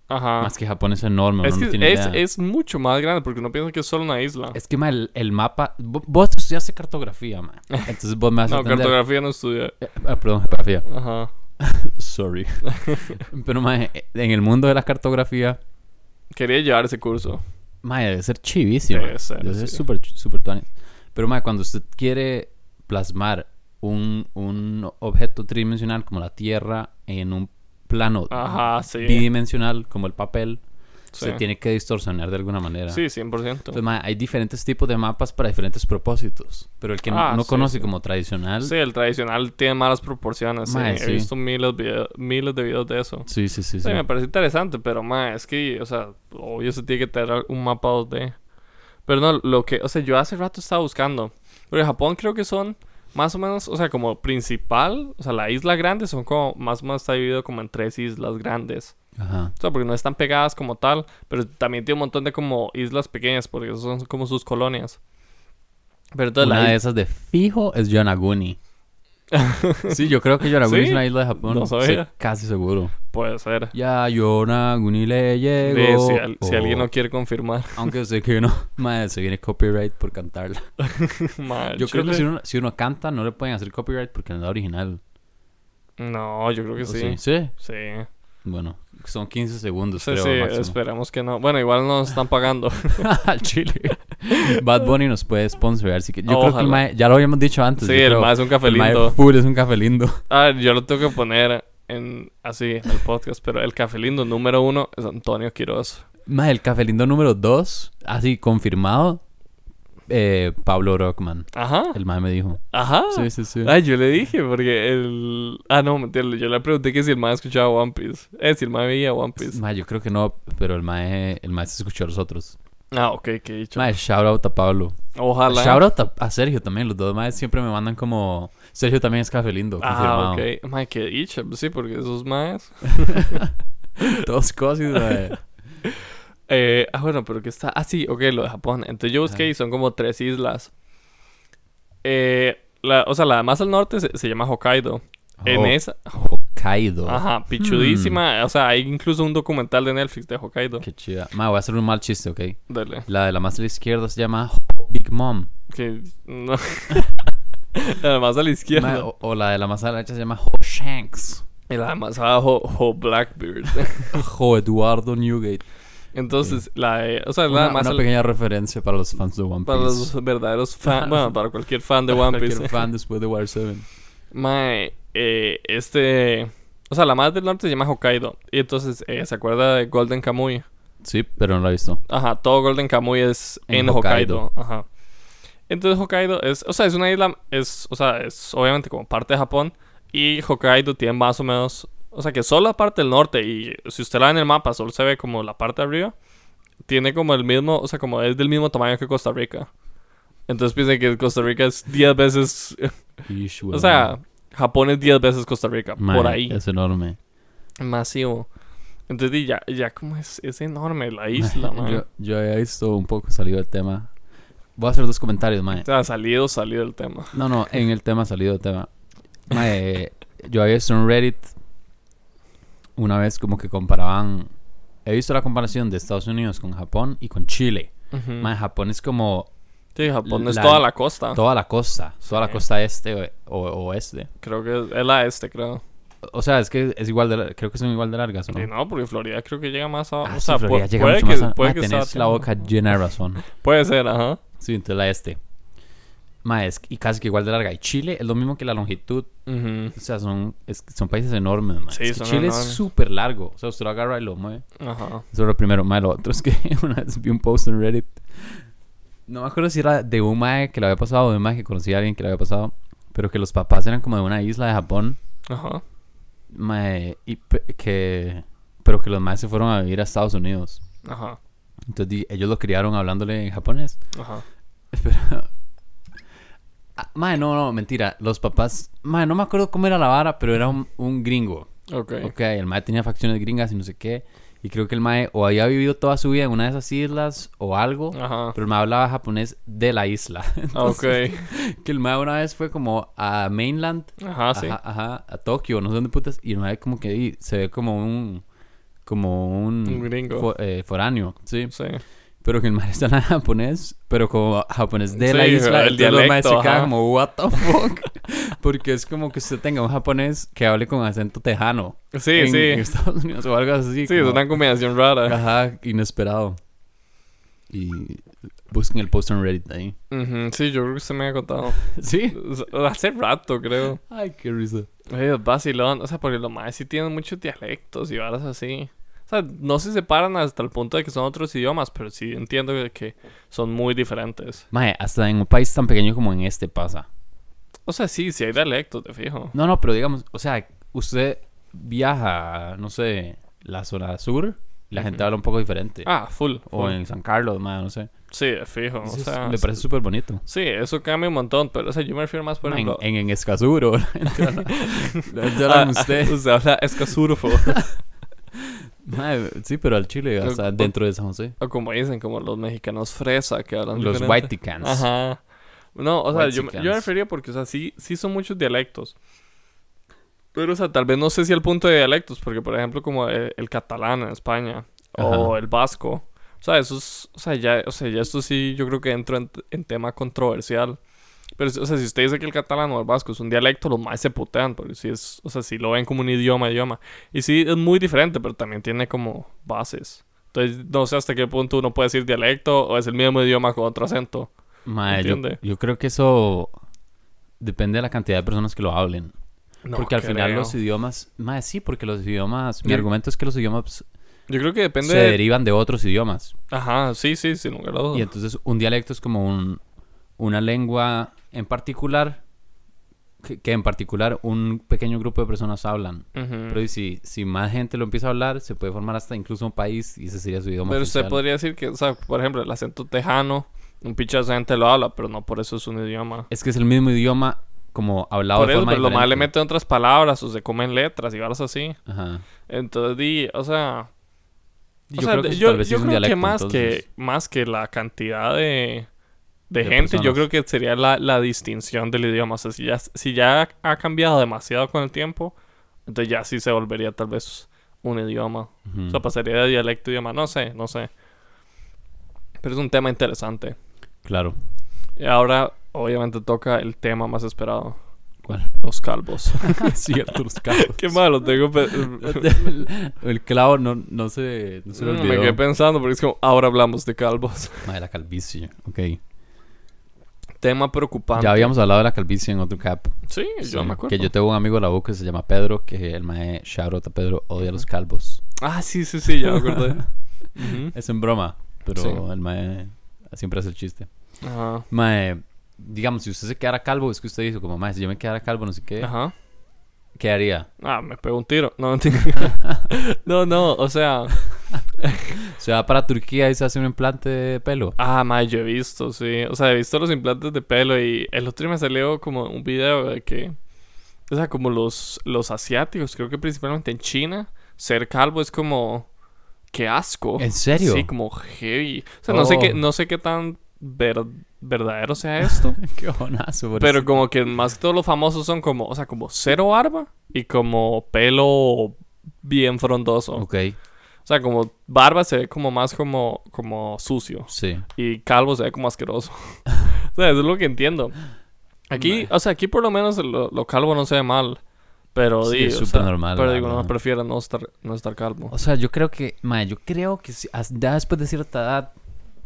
S2: Ajá.
S1: Más que Japón es enorme. uno
S2: es
S1: no
S2: que
S1: tiene
S2: es,
S1: idea.
S2: es mucho más grande porque uno piensa que es solo una isla.
S1: Es que ma, el, el mapa. vo- Vos estudiaste cartografía, man. Entonces vos me vas a
S2: No,
S1: entender.
S2: cartografía no estudia.
S1: Eh, ah, perdón, geografía.
S2: Ajá.
S1: Sorry. Pero, ma, en el mundo de la cartografía,
S2: Quería llevar ese curso.
S1: Mae, debe ser chivísimo.
S2: Debe ser, sí.
S1: súper, súper tuani. Pero, mae, cuando usted quiere plasmar un, un objeto tridimensional como la Tierra en un plano
S2: Ajá, sí.
S1: bidimensional como el papel,
S2: Sí.
S1: se tiene Pues que distorsionar de alguna manera.
S2: Sí, 100%.
S1: Entonces, mae, hay diferentes tipos de mapas para diferentes propósitos. Pero el que
S2: Ah,
S1: no
S2: sí,
S1: conoce
S2: sí.
S1: como tradicional.
S2: Sí, el tradicional tiene malas proporciones. sí.
S1: Mae,
S2: He
S1: sí.
S2: visto miles, video- miles de videos de eso.
S1: Sí, sí, sí.
S2: Sí,
S1: sí.
S2: me parece interesante, pero más es que, o sea, obvio se tiene que tener un mapa 2D. Pero no, lo que, o sea, yo hace rato estaba buscando. Pero en Japón creo que son más o menos, o sea, como principal, o sea, la isla grande son como, más o menos está dividido como en tres islas grandes.
S1: Ajá.
S2: O sea, porque no están pegadas como tal, pero también tiene un montón de como islas pequeñas, porque esas son como sus colonias. Pero entonces
S1: Una
S2: la
S1: de
S2: is-
S1: esas de fijo es Yonaguni. sí, yo creo que Yonaguni
S2: ¿Sí?
S1: es una isla de Japón.
S2: No sabía.
S1: Sí, casi seguro.
S2: puede ser.
S1: Ya Yonaguni le llegó.
S2: Ve, si, al- si
S1: Oh.
S2: alguien no quiere confirmar.
S1: Aunque sé que no. Madre, se viene copyright por cantarla.
S2: Madre,
S1: Yo creo que
S2: chile.
S1: si uno, si uno canta, no le pueden hacer copyright porque no es la original.
S2: No, yo creo que
S1: ¿O
S2: sí.
S1: Ah, Sí.
S2: Sí.
S1: Bueno, son 15 segundos,
S2: Sí,
S1: creo.
S2: sí,
S1: máximo.
S2: esperamos que no. Bueno, igual nos están pagando.
S1: Al Chile. Bad Bunny nos puede sponsorear. Así que yo creo que el
S2: Ojalá.
S1: mae- ya lo habíamos dicho antes.
S2: sí,
S1: yo
S2: el
S1: creo.
S2: más es un café
S1: El mae
S2: lindo.
S1: full es un café lindo.
S2: Ah, yo lo tengo que poner en así en el podcast, pero el café lindo número uno es Antonio Quiroz.
S1: Mae, el café lindo número 2, así confirmado. eh, Pablo Rockman.
S2: Ajá,
S1: El mae me dijo.
S2: ajá.
S1: Sí, sí, sí.
S2: Ah, yo le dije, porque el. Ah, no, mentira, yo le pregunté que si el más escuchaba One Piece. Eh, si el más veía One Piece.
S1: Mae, yo creo que no, pero el mae, el mae se escuchó a los otros.
S2: Ah, ok, qué dicho.
S1: Mae, shout out a Pablo.
S2: Ojalá.
S1: Shout out a, a Sergio también. Los dos maes siempre me mandan como. Sergio también es café lindo. Confirmado.
S2: Ah, ok. Mae, qué dicho. Sí, porque esos más.
S1: Dos cosas, mae.
S2: Eh, ah, bueno, pero que está. Ah, sí, ok, lo de Japón. Entonces yo
S1: Ah.
S2: busqué y son como tres islas. Eh, la, o sea, la más al norte se, se llama Hokkaido. En esa.
S1: Oh, Kaido.
S2: Ajá, pichudísima. O sea, hay incluso un documental de Netflix de Hokkaido.
S1: Hmm. Qué chida. Mae, voy a hacer un mal chiste, ok.
S2: Dale.
S1: La de la más a la izquierda se llama Big Mom.
S2: Que. No. la más a la
S1: Mae,
S2: izquierda.
S1: o, o la de la más a la derecha se llama Ho Shanks.
S2: Y la más abajo, Ho Blackbeard.
S1: Jo Eduardo Newgate.
S2: Entonces, la. de- o sea, la
S1: Una,
S2: más.
S1: una
S2: al-
S1: pequeña referencia para los fans de One Piece.
S2: para los verdaderos fans. bueno, para cualquier fan de One Piece.
S1: Cualquier fan después de Water 7.
S2: Mae, eh, este. O sea, la más del norte se llama Hokkaido. Y entonces, eh, ¿se acuerda de Golden Kamuy?
S1: Sí, pero no la he visto.
S2: Ajá, todo Golden Kamuy es en,
S1: En
S2: Hokkaido. Ajá. Entonces, Hokkaido es. O sea, es una isla. Es, o sea, es obviamente como parte de Japón. Y Hokkaido tiene más o menos. O sea, que solo la parte del norte. Y si usted la ve en el mapa, solo se ve como la parte de arriba. Tiene como el mismo. O sea, como es del mismo tamaño que Costa Rica. Entonces piensen que Costa Rica es 10 veces.
S1: Ish,
S2: O
S1: weón.
S2: sea, Japón es 10 veces Costa Rica.
S1: Mae,
S2: por ahí.
S1: Es enorme.
S2: Masivo. Entonces y ya, ya como es, es enorme la isla, man.
S1: yo, yo había visto un poco salido del tema. Voy a hacer dos comentarios, mae.
S2: O sea, salido, salido del tema.
S1: No, no, en el tema salido del tema. Mae, yo había visto en Reddit una vez como que comparaban. He visto la comparación de Estados Unidos con Japón y con Chile.
S2: Mm.
S1: Mae, Japón es como
S2: Sí, Japón es
S1: La-
S2: toda la costa.
S1: toda la costa, toda la
S2: Ah. Sí.
S1: costa este o, o oeste.
S2: Creo que es, es la este, creo.
S1: O sea, es que es igual de, la- creo que son igual de largas, ¿o
S2: Y
S1: ¿no?
S2: no, porque Florida creo que llega más abajo.
S1: Ah,
S2: o
S1: sí,
S2: sea,
S1: Florida
S2: pu-
S1: llega
S2: puede
S1: mucho
S2: que,
S1: más a-
S2: puede
S1: Ah,
S2: que
S1: tenés
S2: sea-
S1: la boca llena de razón.
S2: Puede ser, ajá.
S1: Sí, entonces la este. Mae, es- y casi que igual de larga. Y Chile es lo mismo que la longitud.
S2: Ujú.
S1: O sea, son, es que son países enormes, mae.
S2: Sí,
S1: Es que
S2: son
S1: Chile
S2: enormes.
S1: es súper largo. O sea, usted lo agarra y lo mueve.
S2: Ajá.
S1: Eso es lo primero. Mae, lo otro es que una vez vi un post en Reddit. No me acuerdo si era de un mae que lo había pasado o de un mae que conocía a alguien que lo había pasado. Pero que los papás eran como de una isla de Japón.
S2: Ajá.
S1: Mae, y pe- que... Pero que los maes se fueron a vivir a Estados Unidos.
S2: Ajá.
S1: Entonces di- ellos lo criaron hablándole en japonés.
S2: Ajá.
S1: Pero... Ah, mae, no, no, mentira. Los papás... Mae, no me acuerdo cómo era la vara, pero era un, un gringo.
S2: Ok.
S1: Ok, el mae tenía facciones gringas y no sé qué. Y creo que el mae o había vivido toda su vida en una de esas islas o algo.
S2: Ajá.
S1: Pero el mae hablaba japonés de la isla.
S2: Ah, Ok.
S1: Entonces, Que el mae una vez fue como a mainland.
S2: Ajá, Ah, sí.
S1: Ajá, ajá, a Tokio, no sé dónde putas. Y el mae como que ahí se ve como un... Como un...
S2: Un gringo.
S1: fo- eh, foráneo, sí.
S2: Sí.
S1: Pero que el man está en japonés, pero como japonés de la
S2: Sí,
S1: isla.
S2: el
S1: El diálogo
S2: dialecto,
S1: se queda
S2: ajá.
S1: como, what the fuck. Porque es como que usted tenga un japonés que hable con acento tejano.
S2: Sí,
S1: en, en
S2: sí.
S1: Estados Unidos o algo así.
S2: Sí, es
S1: como-
S2: una combinación rara.
S1: Ajá, inesperado. Y busquen el post en Reddit ahí.
S2: Ujú, Sí, yo creo que usted me ha contado.
S1: ¿Sí?
S2: Hace rato, creo.
S1: Ay, qué risa.
S2: Ey, es vacilón. O sea, porque los más sí tienen muchos dialectos y varas así. O sea, no se separan hasta el punto de que son otros idiomas, pero sí entiendo que- que son muy diferentes.
S1: Mae, hasta en un país tan pequeño como en este pasa.
S2: O sea, sí, sí hay dialectos, te fijo.
S1: No, no, pero digamos, o sea, usted viaja, no sé, la zona sur y la gente habla un poco diferente.
S2: Ah, full.
S1: o
S2: full.
S1: en San Carlos, mae, no sé.
S2: Sí, de fijo. O
S1: Eso es-
S2: sea,
S1: me parece súper bonito.
S2: sí, eso cambia un montón, pero o sea, yo me refiero más, por
S1: Mae,
S2: ejemplo...
S1: en, en Escazú, bro. La gente habla- la gente habla
S2: Ah,
S1: con usted.
S2: ah, usted habla escasurfo.
S1: Mae, sí, pero al Chile,
S2: Lo-
S1: hasta dentro de San José.
S2: o como dicen, como los mexicanos fresa que hablan
S1: Los
S2: diferente.
S1: Whitecans.
S2: Ajá. No, o sea, yo, me- yo me
S1: Whitexicans.
S2: refería porque, o sea, sí, sí son muchos dialectos. Pero, o sea, tal vez no sé si al punto de dialectos, porque, por ejemplo, como el, el catalán en España o
S1: Ajá.
S2: el vasco. O sea, eso es, o sea, ya, o sea, ya esto sí yo creo que entro en, en tema controversial. Pero, o sea, si usted dice que el catalán o el vasco es un dialecto, los más se putean, porque sí es, o sea, sí lo ven como un idioma, idioma. Y sí, es muy diferente, pero también tiene como bases. Entonces, no sé hasta qué punto uno puede decir dialecto o es el mismo idioma con otro acento.
S1: Mae, yo,
S2: Entiende.
S1: yo creo que eso depende de la cantidad de personas que lo hablen.
S2: No
S1: porque al final
S2: creo.
S1: los idiomas, mae, sí, porque los idiomas, mi
S2: Yo-
S1: argumento es que los idiomas
S2: Yo creo que depende
S1: se
S2: de-
S1: derivan de otros idiomas.
S2: Ajá, sí, sí, sin lugar a dudas.
S1: Y entonces un dialecto es como un, una lengua en particular, que, que en particular un pequeño grupo de personas hablan.
S2: Ujú.
S1: Pero y si, si más gente lo empieza a hablar, se puede formar hasta incluso un país y ese sería su idioma
S2: Pero usted
S1: oficial.
S2: podría decir que, o sea, por ejemplo, el acento tejano, un pichazo de gente lo habla, pero no por eso es un idioma.
S1: Es que es el mismo idioma como hablado
S2: Por
S1: de
S2: eso, pero
S1: forma
S2: lo más le
S1: diferente.
S2: meten otras palabras o se comen letras y varas así.
S1: Ajá.
S2: Entonces, di, o sea, o
S1: Yo
S2: sea,
S1: creo que
S2: de-
S1: eso
S2: yo,
S1: tal vez
S2: yo
S1: es un
S2: creo que
S1: dialecto,
S2: más
S1: entonces.
S2: que más que la cantidad de,
S1: De
S2: de gente, yo
S1: personas.
S2: creo que sería la, la distinción del idioma. O sea, si ya, si ya ha cambiado demasiado con el tiempo, entonces ya sí se volvería tal vez un idioma.
S1: Ujú.
S2: O sea, pasaría de dialecto a idioma. No sé, no sé. Pero es un tema interesante.
S1: Claro.
S2: Y ahora, obviamente, toca el tema más esperado.
S1: ¿Cuál?
S2: Los calvos.
S1: Cierto, los cabos.
S2: Qué malo, tengo... pe-
S1: el, el clavo no, no se, no se le
S2: Mm, Me
S1: olvidó.
S2: quedé pensando porque es como, ahora hablamos de calvos.
S1: Madre, la calvicie. Ok.
S2: Tema preocupante.
S1: Ya habíamos hablado de la calvicie en otro cap.
S2: Sí, yo
S1: Sí.
S2: me acuerdo.
S1: Que yo tengo un amigo de la U que se llama Pedro, que el mae shoutout a Pedro odia a los calvos.
S2: Ah, sí, sí, sí, ya me acordé. Ujú.
S1: Es en broma, pero
S2: Sí.
S1: el mae siempre hace el chiste.
S2: Ajá.
S1: Mae, digamos, si usted se quedara calvo, es que usted dice como, mae, si yo me quedara calvo, no sé qué,
S2: Ajá.
S1: ¿qué haría?
S2: Ah, me pegó un tiro. No, mentira. no, no, o sea...
S1: Se va para Turquía y se hace un implante de pelo.
S2: Ah, ma, yo he visto, sí. O sea, he visto los implantes de pelo y el otro día me salió como un video de que... O sea, como los, los asiáticos, creo que principalmente en China, ser calvo es como... ¡Qué asco!
S1: ¿En serio?
S2: Oh, Sí, como heavy. O sea, no, sé
S1: Oh.
S2: qué, no sé qué tan ver- verdadero sea esto.
S1: qué bonazo, por
S2: pero como que más que todos los famosos son como... O sea, como cero barba y como pelo bien frondoso.
S1: Ok,
S2: O sea, como barba se ve como más como, como sucio
S1: sí.
S2: y calvo se ve como asqueroso. o sea, eso es lo que entiendo. Aquí, o sea, aquí por lo menos lo, lo calvo no se ve mal. Pero
S1: Sí,
S2: digo,
S1: es
S2: o
S1: súper
S2: sea,
S1: normal,
S2: Pero
S1: la
S2: digo, no
S1: verdad.
S2: prefiero no estar, no estar calvo.
S1: O sea, yo creo que, mae, yo creo que si- as- ya después de cierta edad,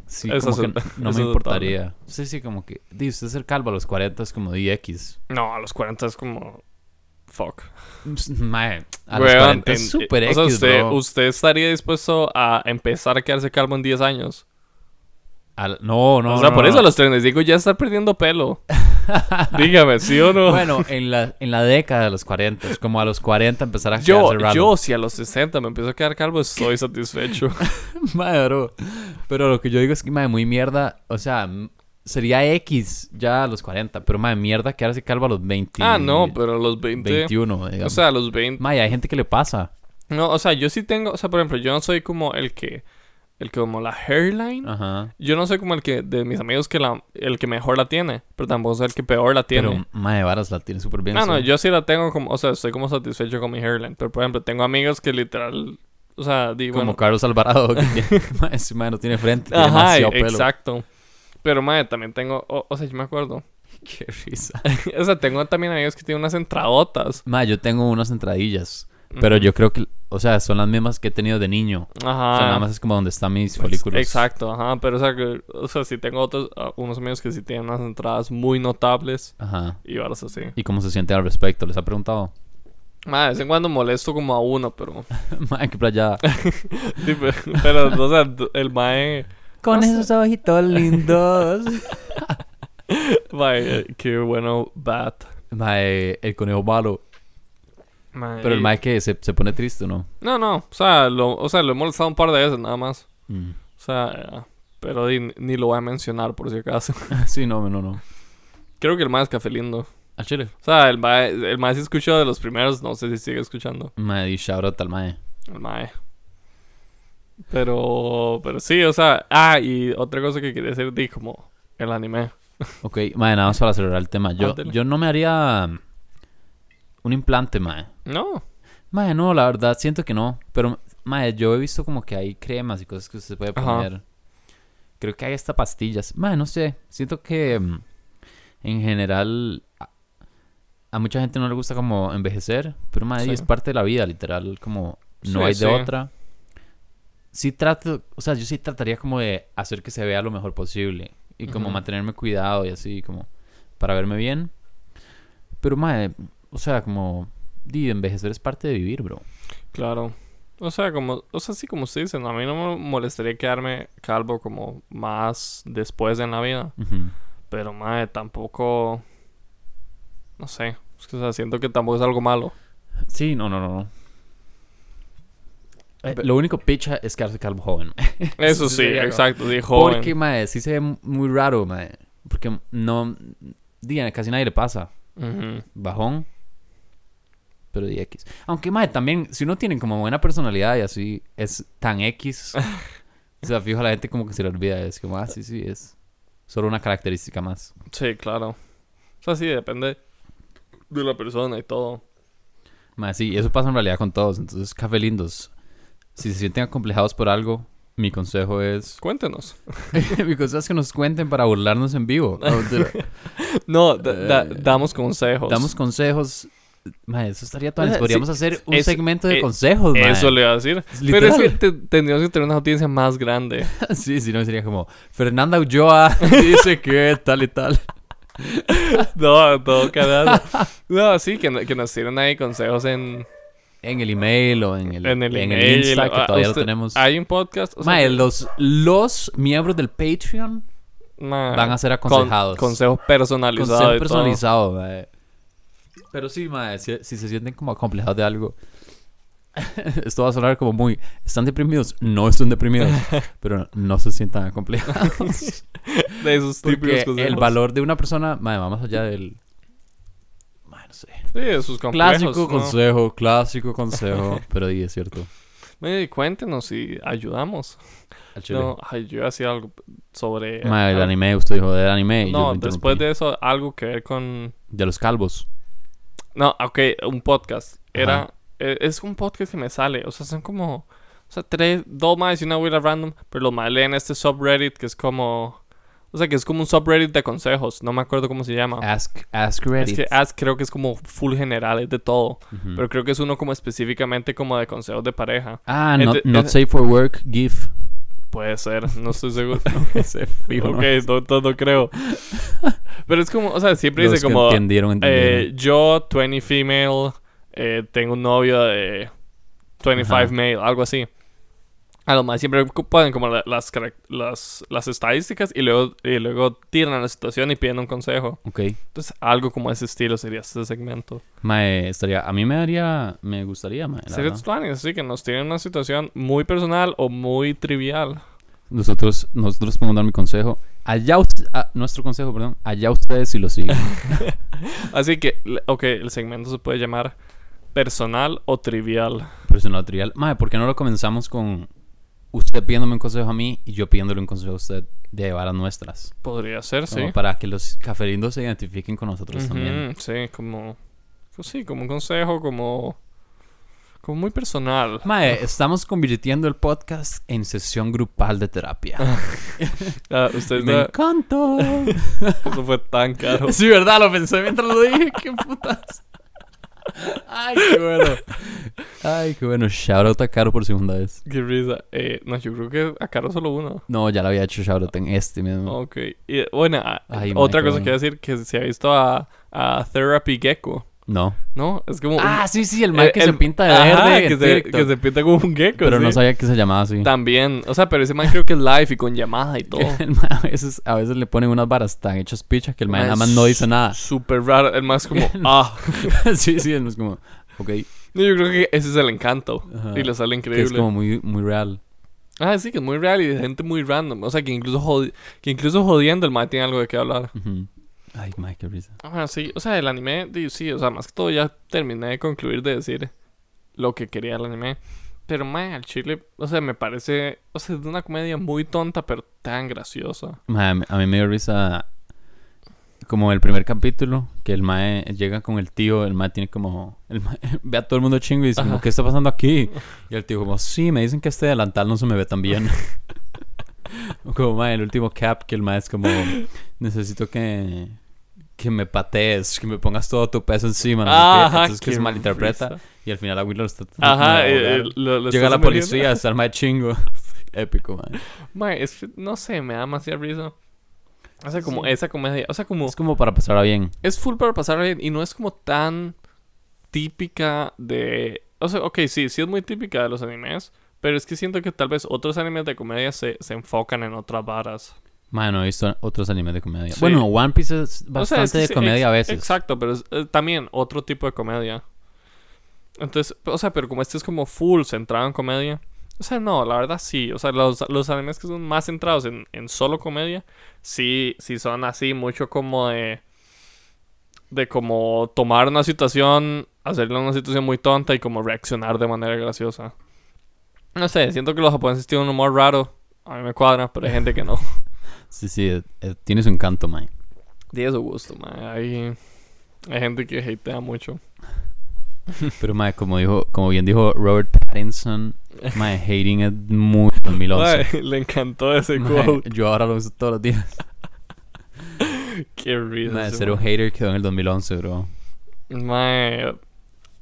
S1: sí,
S2: Es
S1: como que
S2: acepta-
S1: no
S2: es
S1: me
S2: aceptable.
S1: importaría. Sí, sí, como que, di, usted ser calvo a los 40 es como 10X.
S2: No, a los 40 es como. Fuck.
S1: Mae, a los
S2: Weón,
S1: 40
S2: en- eh,
S1: es super
S2: o sea,
S1: X,
S2: usted,
S1: bro.
S2: usted estaría dispuesto a empezar a quedarse calvo en 10 años.
S1: Al- No, no,
S2: o sea,
S1: no,
S2: por
S1: no.
S2: eso a los 35 ya estar perdiendo pelo. Dígame, ¿sí o no?
S1: Bueno, en la, en la década de los 40, es como a los 40 empezar a
S2: yo,
S1: quedarse raro.
S2: yo, si a los 60 me empiezo a quedar calvo, estoy satisfecho.
S1: Mae, bro. Pero lo que yo digo es que, mae, muy mierda. O sea, m- sería X ya a los 40. Pero, mae, mierda quedarse calvo a los 20.
S2: Ah, no, pero a los 20.
S1: 21, digamos.
S2: O sea, a los 20.
S1: mae, hay gente que le pasa.
S2: No, o sea, yo sí tengo, o sea, por ejemplo, yo no soy como el que, el que como la hairline.
S1: Ajá.
S2: Yo no soy como el que de mis amigos que la, el que mejor la tiene, pero tampoco soy el que peor la tiene. Ah,
S1: Pero, mae, varas la tiene súper bien.
S2: no, no,
S1: sí.
S2: yo sí la tengo como, o sea, estoy como satisfecho con mi hairline. Pero por ejemplo, tengo amigos que literal, o o sea, di,
S1: Como
S2: bueno,
S1: Carlos Alvarado, que tiene- mae, ese mae no tiene frente, tiene
S2: Ajá,
S1: demasiado pelo.
S2: exacto. Pero, madre, también tengo, o, o sea, yo me acuerdo.
S1: Qué risa.
S2: o sea, tengo también amigos que tienen unas entradotas.
S1: Mae, yo tengo unas entradillas, pero yo creo que, o sea, son las mismas que he tenido de niño.
S2: Ajá.
S1: O sea, nada más es como donde están mis
S2: Ex-
S1: folículos.
S2: Ah. Pues, Exacto, ajá. Pero, o sea, que, o sea, sí tengo otros, ah, unos amigos que sí tienen unas entradas muy notables
S1: Ajá.
S2: y varas así.
S1: ¿Y cómo se sienten al respecto? ¿Les ha preguntado?
S2: Madre, de vez en cuando molesto como a uno, pero.
S1: Mae, qué playa.
S2: Sí, pero- pero, o sea, d- el mae.
S1: Con
S2: No sé.
S1: esos ojitos lindos.
S2: Mae, qué bueno, bat.
S1: mae, el conejo malo.
S2: Mae,
S1: Pero el
S2: y-
S1: mae que se, se pone triste, ¿no?
S2: No, no, o sea, lo, o sea, lo he molestado un par de veces nada más.
S1: Mm.
S2: O sea, eh, pero di- ni lo voy a mencionar por si acaso.
S1: sí, no, no, no.
S2: Creo que el mae es café lindo.
S1: Al chile.
S2: O sea, el mae, el mae sí escuchó de los primeros, no sé si sigue escuchando.
S1: Mae, y shout out al mae.
S2: El mae. Pero, pero sí, o sea, ah, y otra cosa que quería decir, di como el anime.
S1: Ok, mae, nada más para acelerar el tema. Yo,
S2: Ándale.
S1: yo no me haría um, un implante, mae.
S2: No,
S1: Mae, no, la verdad, siento que no. Pero, mae, yo he visto como que hay cremas y cosas que usted se puede
S2: Ajá.
S1: poner. Creo que hay hasta pastillas. Mae, no sé. Siento que mm, en general a, a mucha gente no le gusta como envejecer. Pero, mae,
S2: Sí.
S1: es parte de la vida, literal. Como no
S2: Sí,
S1: hay
S2: sí.
S1: de otra. Sí trato, o sea, yo sí trataría como de hacer que se vea lo mejor posible. Y como
S2: Ujú.
S1: mantenerme cuidado y así, como para verme bien. Pero, mae, o sea, como... Di, envejecer es parte de vivir, bro.
S2: claro. O sea, como, o sea, sí, como usted dice, no, a mí no me molestaría quedarme calvo como más después en la vida.
S1: Ujú.
S2: Pero, mae, tampoco. No sé. Es que, o sea, siento que tampoco es algo malo.
S1: Sí, no, no, no, no. Eh, lo único picha es quedarse calvo joven.
S2: Eso
S1: sí
S2: sí,
S1: sería algo.
S2: exacto. Dije, joven.
S1: Porque, mae, sí se ve muy raro, mae. Porque no... Digan, casi nadie le pasa.
S2: Ujú.
S1: Bajón. Pero de X. Aunque, mae, también, si uno tiene como buena personalidad y así, es tan X. o sea, fijo, a la gente como que se le olvida. Es como, ah, sí, sí, es solo una característica más.
S2: Sí, claro. O sea, sí, depende de la persona y todo.
S1: Mae, sí, y eso pasa en realidad con todos. Entonces, café lindos. Si se sienten acomplejados por algo, mi consejo es...
S2: Cuéntenos.
S1: Mi cosa es que nos cuenten para burlarnos en vivo. No, mentira.
S2: No, da- da-
S1: Eh,
S2: damos consejos.
S1: Damos consejos. Mae, eso estaría
S2: O
S1: tan.
S2: sea,
S1: Podríamos
S2: sí,
S1: hacer un
S2: es-
S1: segmento de
S2: eh,
S1: consejos, mae.
S2: Eso le iba a decir. Pero
S1: Literal.
S2: es que te- tendríamos que tener una audiencia más grande.
S1: Sí, si no sería como Fernanda Ulloa dice que tal y tal.
S2: no, todo carajo. No, sí, que, no- que nos tiren ahí consejos en,
S1: En el email o en el,
S2: en el
S1: en el
S2: email.
S1: Insta que
S2: Ah,
S1: todavía
S2: usted-
S1: lo tenemos.
S2: Hay un podcast. O sea,
S1: Mae, los, los miembros del Patreon
S2: nah,
S1: van a ser
S2: Ah, con-
S1: aconsejados.
S2: consejos personalizados.
S1: Consejo
S2: y todo.
S1: personalizado, mae. Pero sí, mae, si, si se sienten como acomplejados de algo. Esto va a sonar como muy. ¿Están deprimidos? No están deprimidos. pero no se sientan acomplejados.
S2: De esos típicos
S1: porque
S2: consejos.
S1: el valor de una persona. Mae, va más allá del. Mae, no sé.
S2: Sí, de sus complejos.
S1: clásico
S2: ¿no?
S1: consejo, clásico consejo. pero sí, es cierto.
S2: Mae, cuéntenos y ayudamos.
S1: Al chile.
S2: No, ay, yo iba a decir algo sobre...
S1: Mae, el
S2: al-
S1: anime, usted dijo del anime. y yo
S2: No,
S1: lo
S2: después
S1: interrumpí.
S2: de eso, algo que ver con...
S1: De los calvos.
S2: No, ok, un podcast. Era...
S1: Ajá.
S2: eh, Es un podcast que me sale. O sea, son como... O sea, tres, dos más y una huila random. Pero los más leen este subreddit que es como... O sea, que es como un subreddit de consejos. No me acuerdo cómo se llama.
S1: Ask, ask
S2: Ah. es
S1: Reddit.
S2: que Ask creo que es como full general, es de todo.
S1: Ujú.
S2: Pero creo que es uno como específicamente como de consejos de pareja.
S1: Ah,
S2: Ent-
S1: not, not
S2: ent-
S1: safe for work, GIF.
S2: Puede ser, no estoy seguro.
S1: Ese fijo, ¿no?
S2: ok, no, no, no creo. Pero es como, o sea, siempre
S1: Los
S2: dice
S1: que
S2: como,
S1: entendieron, entendieron.
S2: eh, yo, 20 female, eh, tengo un novio de 25
S1: Ajá.
S2: male, algo así. A lo más siempre cu- ponen como la- las, carac- las, las estadísticas y luego, y luego tiran a la situación y piden un consejo.
S1: ok.
S2: Entonces, algo como ese estilo sería este segmento.
S1: Mae, estaría... A mí me daría... Me gustaría, mae. la
S2: Serious
S1: verdad.
S2: planning, así que nos tienen una situación muy personal o muy trivial.
S1: Nosotros... Nosotros podemos dar mi consejo. Allá... us- ah, nuestro consejo, perdón. Allá ustedes si lo siguen.
S2: Así que, le- ok, el segmento se puede llamar personal o trivial.
S1: Pero eso no es trivial. Mae, ¿por qué no lo comenzamos con... Usted pidiéndome un consejo a mí y yo pidiéndole un consejo a usted de varas nuestras?
S2: Podría ser, sí.
S1: Como para que los caferindos se identifiquen con nosotros también.
S2: Ujú, Sí, como. pues sí, como un consejo, como. como muy personal.
S1: Mae, estamos convirtiendo el podcast en sesión grupal de terapia.
S2: Ah, ustedes
S1: Me
S2: no-
S1: encantó.
S2: eso fue tan caro.
S1: Sí, verdad, lo pensé mientras lo dije. Qué putas. Ay, qué bueno. Ay, qué bueno. Shout out a Caro por segunda vez.
S2: Qué risa. Eh, no, yo creo que a Caro solo uno.
S1: No, ya lo había hecho shout out en este mismo.
S2: Ok. Y, bueno, ah,
S1: Ay,
S2: otra
S1: Michael.
S2: cosa que decir que se ha visto a, a Therapy Gecko,
S1: No.
S2: ¿no? Es como. un- eh,
S1: Ah, sí, sí, el mae que
S2: Oh, el-
S1: se pinta de
S2: ajá,
S1: verde. en
S2: que, se,
S1: TikTok.
S2: que se pinta como un gecko.
S1: Pero no
S2: sí.
S1: sabía que se llamaba así.
S2: También. O sea, pero ese man creo que es live y con llamada y todo.
S1: El mae a, veces, a veces le ponen unas varas tan hechas pichas que el mae nada más no dice nada.
S2: Súper raro. El más como, ah.
S1: sí, sí, es como, ok.
S2: No, yo creo que ese es el encanto.
S1: Ajá.
S2: Y le sale
S1: Ah, Que
S2: increíble.
S1: es como muy, muy real.
S2: Ah, sí, que es muy real y de gente muy random. O sea, que incluso, jodi- que incluso jodiendo el man tiene algo de qué hablar.
S1: Ujú. Ay, mae, qué risa.
S2: Ah, sí. O sea, el anime, di- sí, o sea, más que todo ya terminé de concluir de decir lo que quería el anime. Pero, man, al chile, o sea, me parece, o sea, es una comedia muy tonta, pero tan graciosa.
S1: Mae, a mí- a mí me dio risa como el primer capítulo, que el mae llega con el tío, el mae tiene como... El mae ve a todo el mundo chingo y dice, como,
S2: Ajá.
S1: ¿qué está pasando aquí? Y el tío como, sí, me dicen que este delantal no se me ve tan bien. como, mae, el último cap, que el mae es como, necesito que... Que me patees, que me pongas todo tu peso encima. no sé qué. Entonces que
S2: Ah, qué
S1: se malinterpreta.
S2: risa.
S1: Y al final a Will lo está tratando como
S2: Ajá,
S1: de
S2: eh,
S1: ahogar.
S2: eh, lo- lo
S1: Llega la
S2: estás
S1: policía,
S2: muriendo.
S1: se arma de chingo. Épico, man.
S2: Mae, es que, no sé, me da demasiada risa. O sea, como esa comedia, o sea, como
S1: Es como para pasarla bien.
S2: es full para pasar bien y no es como tan típica de... O sea, ok, sí, sí es muy típica de los animes, pero es que siento que tal vez otros animes de comedia se, se enfocan en otras varas.
S1: Mano, he visto otros animes de comedia.
S2: Sí.
S1: Bueno, One Piece es bastante
S2: O sea, es que
S1: de
S2: sí,
S1: comedia
S2: ex-
S1: a veces.
S2: Exacto, pero es eh, también otro tipo de comedia. Entonces, o sea, pero como este es como full centrado en comedia. O sea, no, la verdad sí. O sea, los, los animes que son más centrados en, en solo comedia, sí, sí son así, mucho como de. De como tomar una situación, hacerla una situación muy tonta y como reaccionar de manera graciosa. No sé, siento que los japoneses tienen un humor raro. A mí me cuadra, pero hay gente que no.
S1: Sí, sí, eh, eh, tiene su encanto, man.
S2: Tiene su gusto, man. Hay, hay gente que hatea mucho.
S1: Pero, man, como, dijo, como bien dijo Robert Pattinson, man, hating es muy 2011.
S2: Ay, le encantó ese
S1: Mae,
S2: quote.
S1: yo ahora lo uso todos los días.
S2: Qué risa.
S1: Man,
S2: ese
S1: ser un
S2: man.
S1: hater quedó en el 2011, bro.
S2: Mae,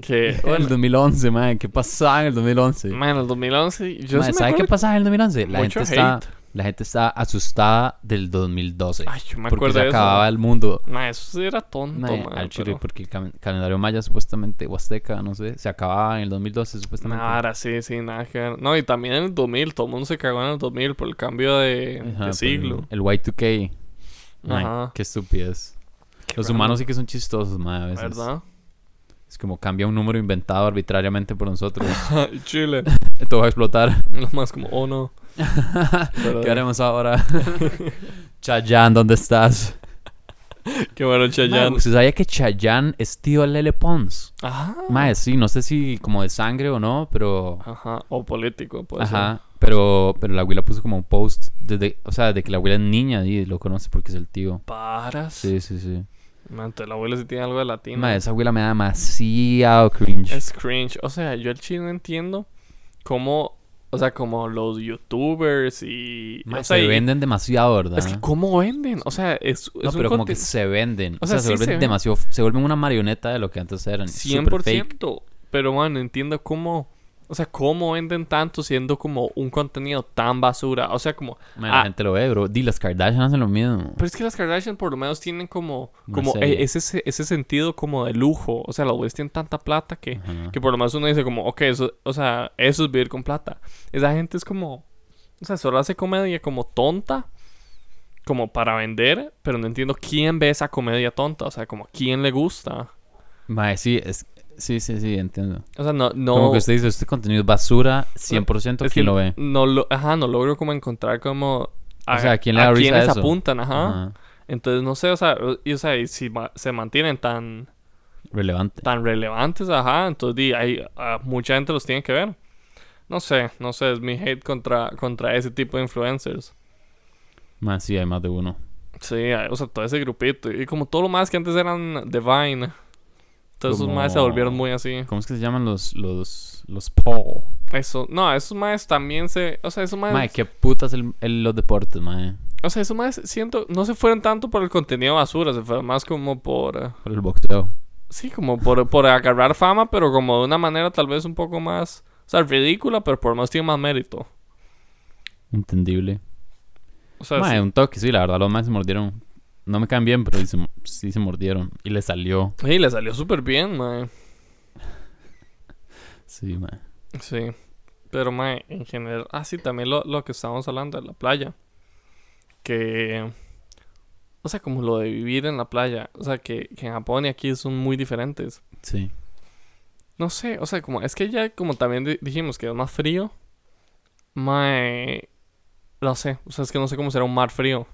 S2: Que,
S1: En el
S2: Eh, bueno,
S1: 2011, man, ¿qué pasaba en el 2011?
S2: mae, en el 2011. Yo sí
S1: Man,
S2: me
S1: ¿Sabes qué
S2: acuerdo
S1: pasaba en el 2011? La
S2: mucho
S1: gente, está,
S2: hate.
S1: la gente está asustada del 2012.
S2: Ay, yo me
S1: porque
S2: acuerdo
S1: se
S2: de eso.
S1: acababa el mundo.
S2: Mae, eso sí era tonto,
S1: Mae,
S2: mae,
S1: al chile,
S2: pero-
S1: porque el cam- calendario maya supuestamente, o azteca, no sé, se acababa en el 2012 supuestamente.
S2: Nah, ahora sí, sí, nada que ver. No, y también en el 2000, todo el mundo se cagó en el 2000 por el cambio de, de
S1: Ajá, pues, pero
S2: siglo.
S1: El Y2K. Mae,
S2: Ajá.
S1: qué estupidez. Los
S2: raro.
S1: humanos sí que son chistosos, mae, a veces.
S2: ¿Verdad?
S1: Es como cambia un número inventado arbitrariamente por nosotros.
S2: Ay, Chile.
S1: Todo va a explotar.
S2: Lo más como, oh no. Pero-
S1: ¿Qué haremos ahora? Chayanne, ¿dónde estás?
S2: Qué bueno,
S1: Mae, pues,
S2: Chayanne.
S1: ¿Usted sabía que Chayanne es tío de Lele Pons?
S2: Ajá.
S1: Mae, sí, no sé si como de sangre o no, pero...
S2: Ajá. O político, puede ser.
S1: Ajá, pero, pero la abuela puso como un post, desde, o sea, de que la abuela es niña y lo conoce porque es el tío.
S2: Paras.
S1: Sí, sí, sí.
S2: Man, entonces la abuela sí tiene algo de latino.
S1: Ma, esa abuela me da demasiado cringe.
S2: Es cringe. O sea, yo el chile no entiendo cómo. O sea, como los youtubers y.
S1: Ma,
S2: o sea,
S1: se
S2: y-
S1: venden demasiado, ¿verdad?
S2: Es que cómo venden. O sea, es.
S1: no,
S2: es un
S1: pero como
S2: conte-
S1: que se venden. O
S2: O
S1: sea,
S2: sea,
S1: se
S2: sí
S1: vuelven
S2: se ven.
S1: demasiado... Se vuelven una marioneta de lo que antes eran. Super fake.
S2: 100%. Pero, man, no entiendo cómo. O sea, cómo venden tanto siendo como un contenido tan basura. O sea, como.
S1: Ma,
S2: ah,
S1: La gente lo ve, bro. Di, las Kardashian hacen lo mismo.
S2: Pero es que las Kardashian por lo menos tienen como,
S1: Una
S2: como
S1: serie.
S2: eh, ese, se- ese sentido como de lujo. O sea, los güeyes tienen tanta plata que,
S1: Ajá.
S2: que por lo menos uno dice como, ok, eso, o sea, eso es vivir con plata. Esa gente es como, o sea, solo hace comedia como tonta, como para vender, pero no entiendo quién ve esa comedia tonta. O sea, como quién le gusta.
S1: Ma, sí, es... Sí, sí, sí, entiendo.
S2: O sea, no... no
S1: Como que usted dice, este contenido es basura, 100%,
S2: es
S1: ¿quién
S2: que
S1: lo ve?
S2: No lo, ajá, no logro como encontrar como...
S1: O sea, ¿a quién le da risa
S2: quiénes
S1: eso?
S2: apuntan, ajá.
S1: Ajá.
S2: Entonces, no sé, o sea, y, o sea, y si ma- se mantienen tan...
S1: Relevante.
S2: tan relevantes, ajá, entonces di, hay, a mucha gente los tiene que ver. No sé, no sé, es mi hate contra, contra ese tipo de influencers.
S1: Ma, sí, hay más de uno.
S2: Sí, hay- o sea, todo ese grupito. Y como todo lo más que antes eran de Vine. Entonces esos
S1: Como-
S2: maes se volvieron muy así.
S1: ¿Cómo es que se llaman los, los, los Paul?
S2: Eso, no, esos maes también se. O sea, esos maes.
S1: Mae, qué putas el, el- los deportes, mae.
S2: O sea, esos maes siento. No se fueron tanto por el contenido basura, se fueron más como por. eh,
S1: Por el boxeo.
S2: Sí, como por, por agarrar fama, pero como de una manera tal vez un poco más. O sea, ridícula, pero por más tiene más mérito.
S1: Entendible.
S2: O sea,
S1: mae,
S2: Pues sí.
S1: un toque, sí, la verdad, los más se mordieron. No me caen bien, pero sí se, mo- sí se mordieron. Y le salió.
S2: Sí, le salió súper bien, mae.
S1: Sí, mae.
S2: Sí. Pero, mae, en general. Ah, sí, también lo, lo que estábamos hablando de la playa. Que. O sea, como lo de vivir en la playa. O sea, que, que en Japón y aquí son muy diferentes.
S1: Sí.
S2: No sé, o sea, como es que ya, como también di- dijimos que es más frío. Mae. No sé, o sea, es que no sé cómo será un mar frío.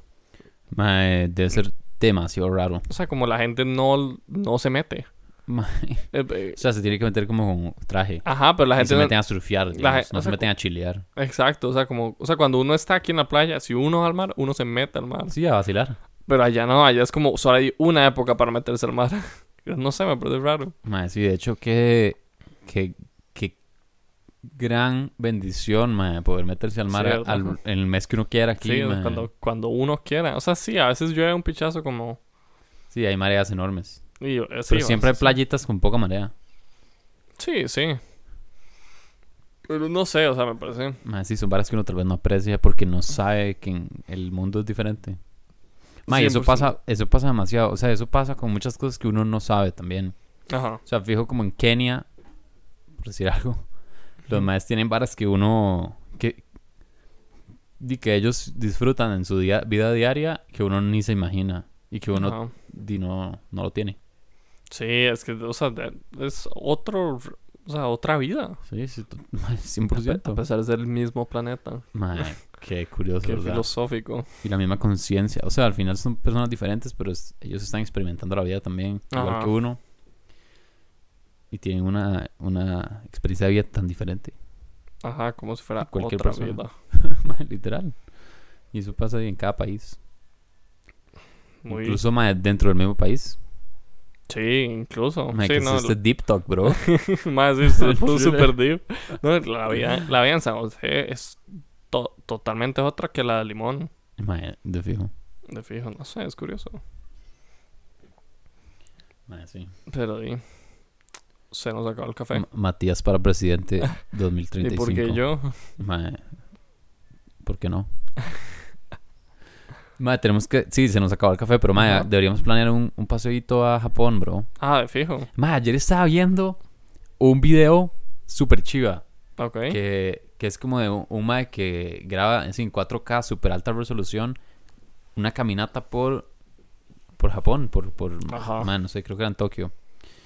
S1: Mae, debe ser demasiado raro.
S2: O sea, como la gente no, no se mete.
S1: Mae.
S2: Eh, eh,
S1: O sea, se tiene que meter como con traje.
S2: Ajá, pero la
S1: Y
S2: gente.
S1: se
S2: no-
S1: meten a surfear, digamos,
S2: gen-
S1: no
S2: o
S1: se
S2: sea,
S1: meten a chilear.
S2: Exacto, o sea, como. O sea, cuando uno está aquí en la playa, si uno va al mar, uno se mete al mar.
S1: Sí, a vacilar.
S2: Pero allá no, allá es como solo hay una época para meterse al mar. No sé, me parece raro.
S1: Mae, sí, de hecho, qué, qué, qué gran bendición, mae, poder meterse al mar
S2: Cierto.
S1: al- en el mes que uno quiera aquí,
S2: Sí,
S1: mae.
S2: cuando, cuando uno quiera. O sea, sí, a veces llueve un pichazo como.
S1: Sí, hay mareas enormes.
S2: y, eh, sí,
S1: Pero siempre hay
S2: o sea, sí.
S1: playitas con poca marea.
S2: Sí, sí. Pero no sé, o sea, me parece.
S1: Mae, sí, son varas que uno tal vez no aprecia porque no sabe que en- el mundo es diferente. Mae, y eso
S2: 100%.
S1: pasa, eso pasa demasiado. O sea, eso pasa con muchas cosas que uno no sabe también.
S2: Ajá.
S1: O sea, fijo como en Kenia, por decir algo, los
S2: Ujú.
S1: maes tienen varas que uno. que. di que ellos disfrutan en su dia- vida diaria que uno ni se imagina y que uno
S2: ajá.
S1: di, no, no lo tiene.
S2: Sí, es que, o sea, de- es otro. O sea, otra vida.
S1: Sí, sí, to-
S2: A
S1: 100%.
S2: pesar de ser el mismo planeta.
S1: Mae, qué curioso,
S2: Qué
S1: ¿verdad?
S2: filosófico.
S1: Y la misma conciencia. O sea, al final son personas diferentes, pero es- ellos están experimentando la vida también, igual
S2: Ajá.
S1: que uno. Y tienen una, una experiencia de vida tan diferente.
S2: Ajá, como si fuera
S1: Cualquier
S2: otra
S1: persona.
S2: vida.
S1: Mae, literal. Y eso pasa en cada país.
S2: Muy...
S1: Incluso mae, dentro del mismo país.
S2: Sí, incluso.
S1: Mae,
S2: Oh, sí,
S1: ¿qué
S2: no.
S1: es este deep talk, bro?
S2: Más sí, se puso
S1: Chile.
S2: súper deep. No, la vida, la vida en San José es to- totalmente otra que la de Limón.
S1: mae, de fijo.
S2: De fijo, no sé, es curioso.
S1: Mae, sí.
S2: Pero ahí. Se nos acabó el café.
S1: M- Matías para presidente
S2: ¿Y
S1: 2035.
S2: por qué yo?
S1: Mae, ¿por qué no? Mae, tenemos que... Sí, se nos acabó el café, pero mae,
S2: Ajá.
S1: deberíamos planear un, un paseíto a Japón, bro.
S2: Ah, de fijo.
S1: Mae, ayer estaba viendo un video super chiva.
S2: Ok.
S1: que, que es como de un, un mae que graba así, en 4K, super alta resolución, una caminata por por Japón, por, por
S2: Ajá.
S1: mae, no sé, creo que era en Tokio.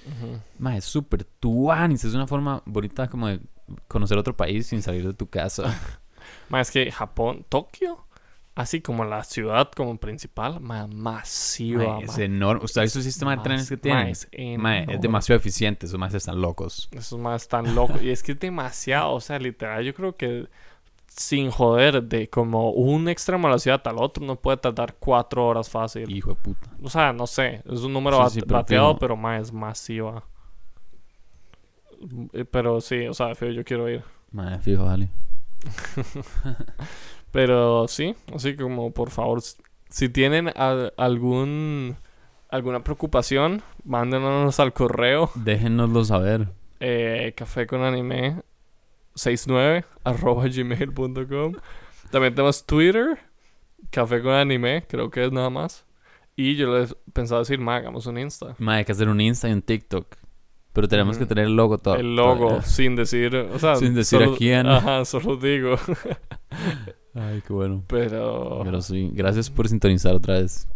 S2: Ujú.
S1: Mae, es súper tuanis, es una forma bonita como de conocer otro país sin salir de tu casa.
S2: Ma, es que Japón, Tokio, así como la ciudad como principal, ma, masiva.
S1: Mae, es
S2: ma.
S1: enorme. ¿Usted ha visto el sistema de
S2: Mas-
S1: trenes que
S2: ma,
S1: tiene?
S2: es
S1: Mae,
S2: enorme.
S1: es demasiado eficiente, esos maes están locos.
S2: Esos más están locos. Y es que es demasiado, o sea, literal, yo creo que sin joder, de como un extremo de la ciudad al otro, no puede tardar cuatro horas fácil.
S1: Hijo de puta.
S2: O sea, no sé, es un número
S1: Sí,
S2: bat-
S1: sí, pero
S2: bateado,
S1: fijo.
S2: pero más es masiva. Eh, Pero sí, o sea, fijo, yo quiero ir.
S1: Mae, fijo, vale.
S2: Pero sí, así como por favor, s- si tienen al- algún alguna preocupación, mándenos al correo
S1: Déjenoslo saber.
S2: eh, café con anime 69 arroba gmail.com. También tenemos Twitter, café con anime, creo que es nada más. Y yo les pensaba decir, ma, hagamos un Insta.
S1: Mae, hay que hacer un Insta y un TikTok. Pero tenemos que
S2: Ujú.
S1: tener el logo to-
S2: Mm. El logo,
S1: todavía.
S2: sin decir, o sea,
S1: Sin decir
S2: solo-
S1: a quién.
S2: Ajá, solo digo,
S1: Ay, qué bueno.
S2: pero... Oh.
S1: Pero sí, gracias por sintonizar otra vez.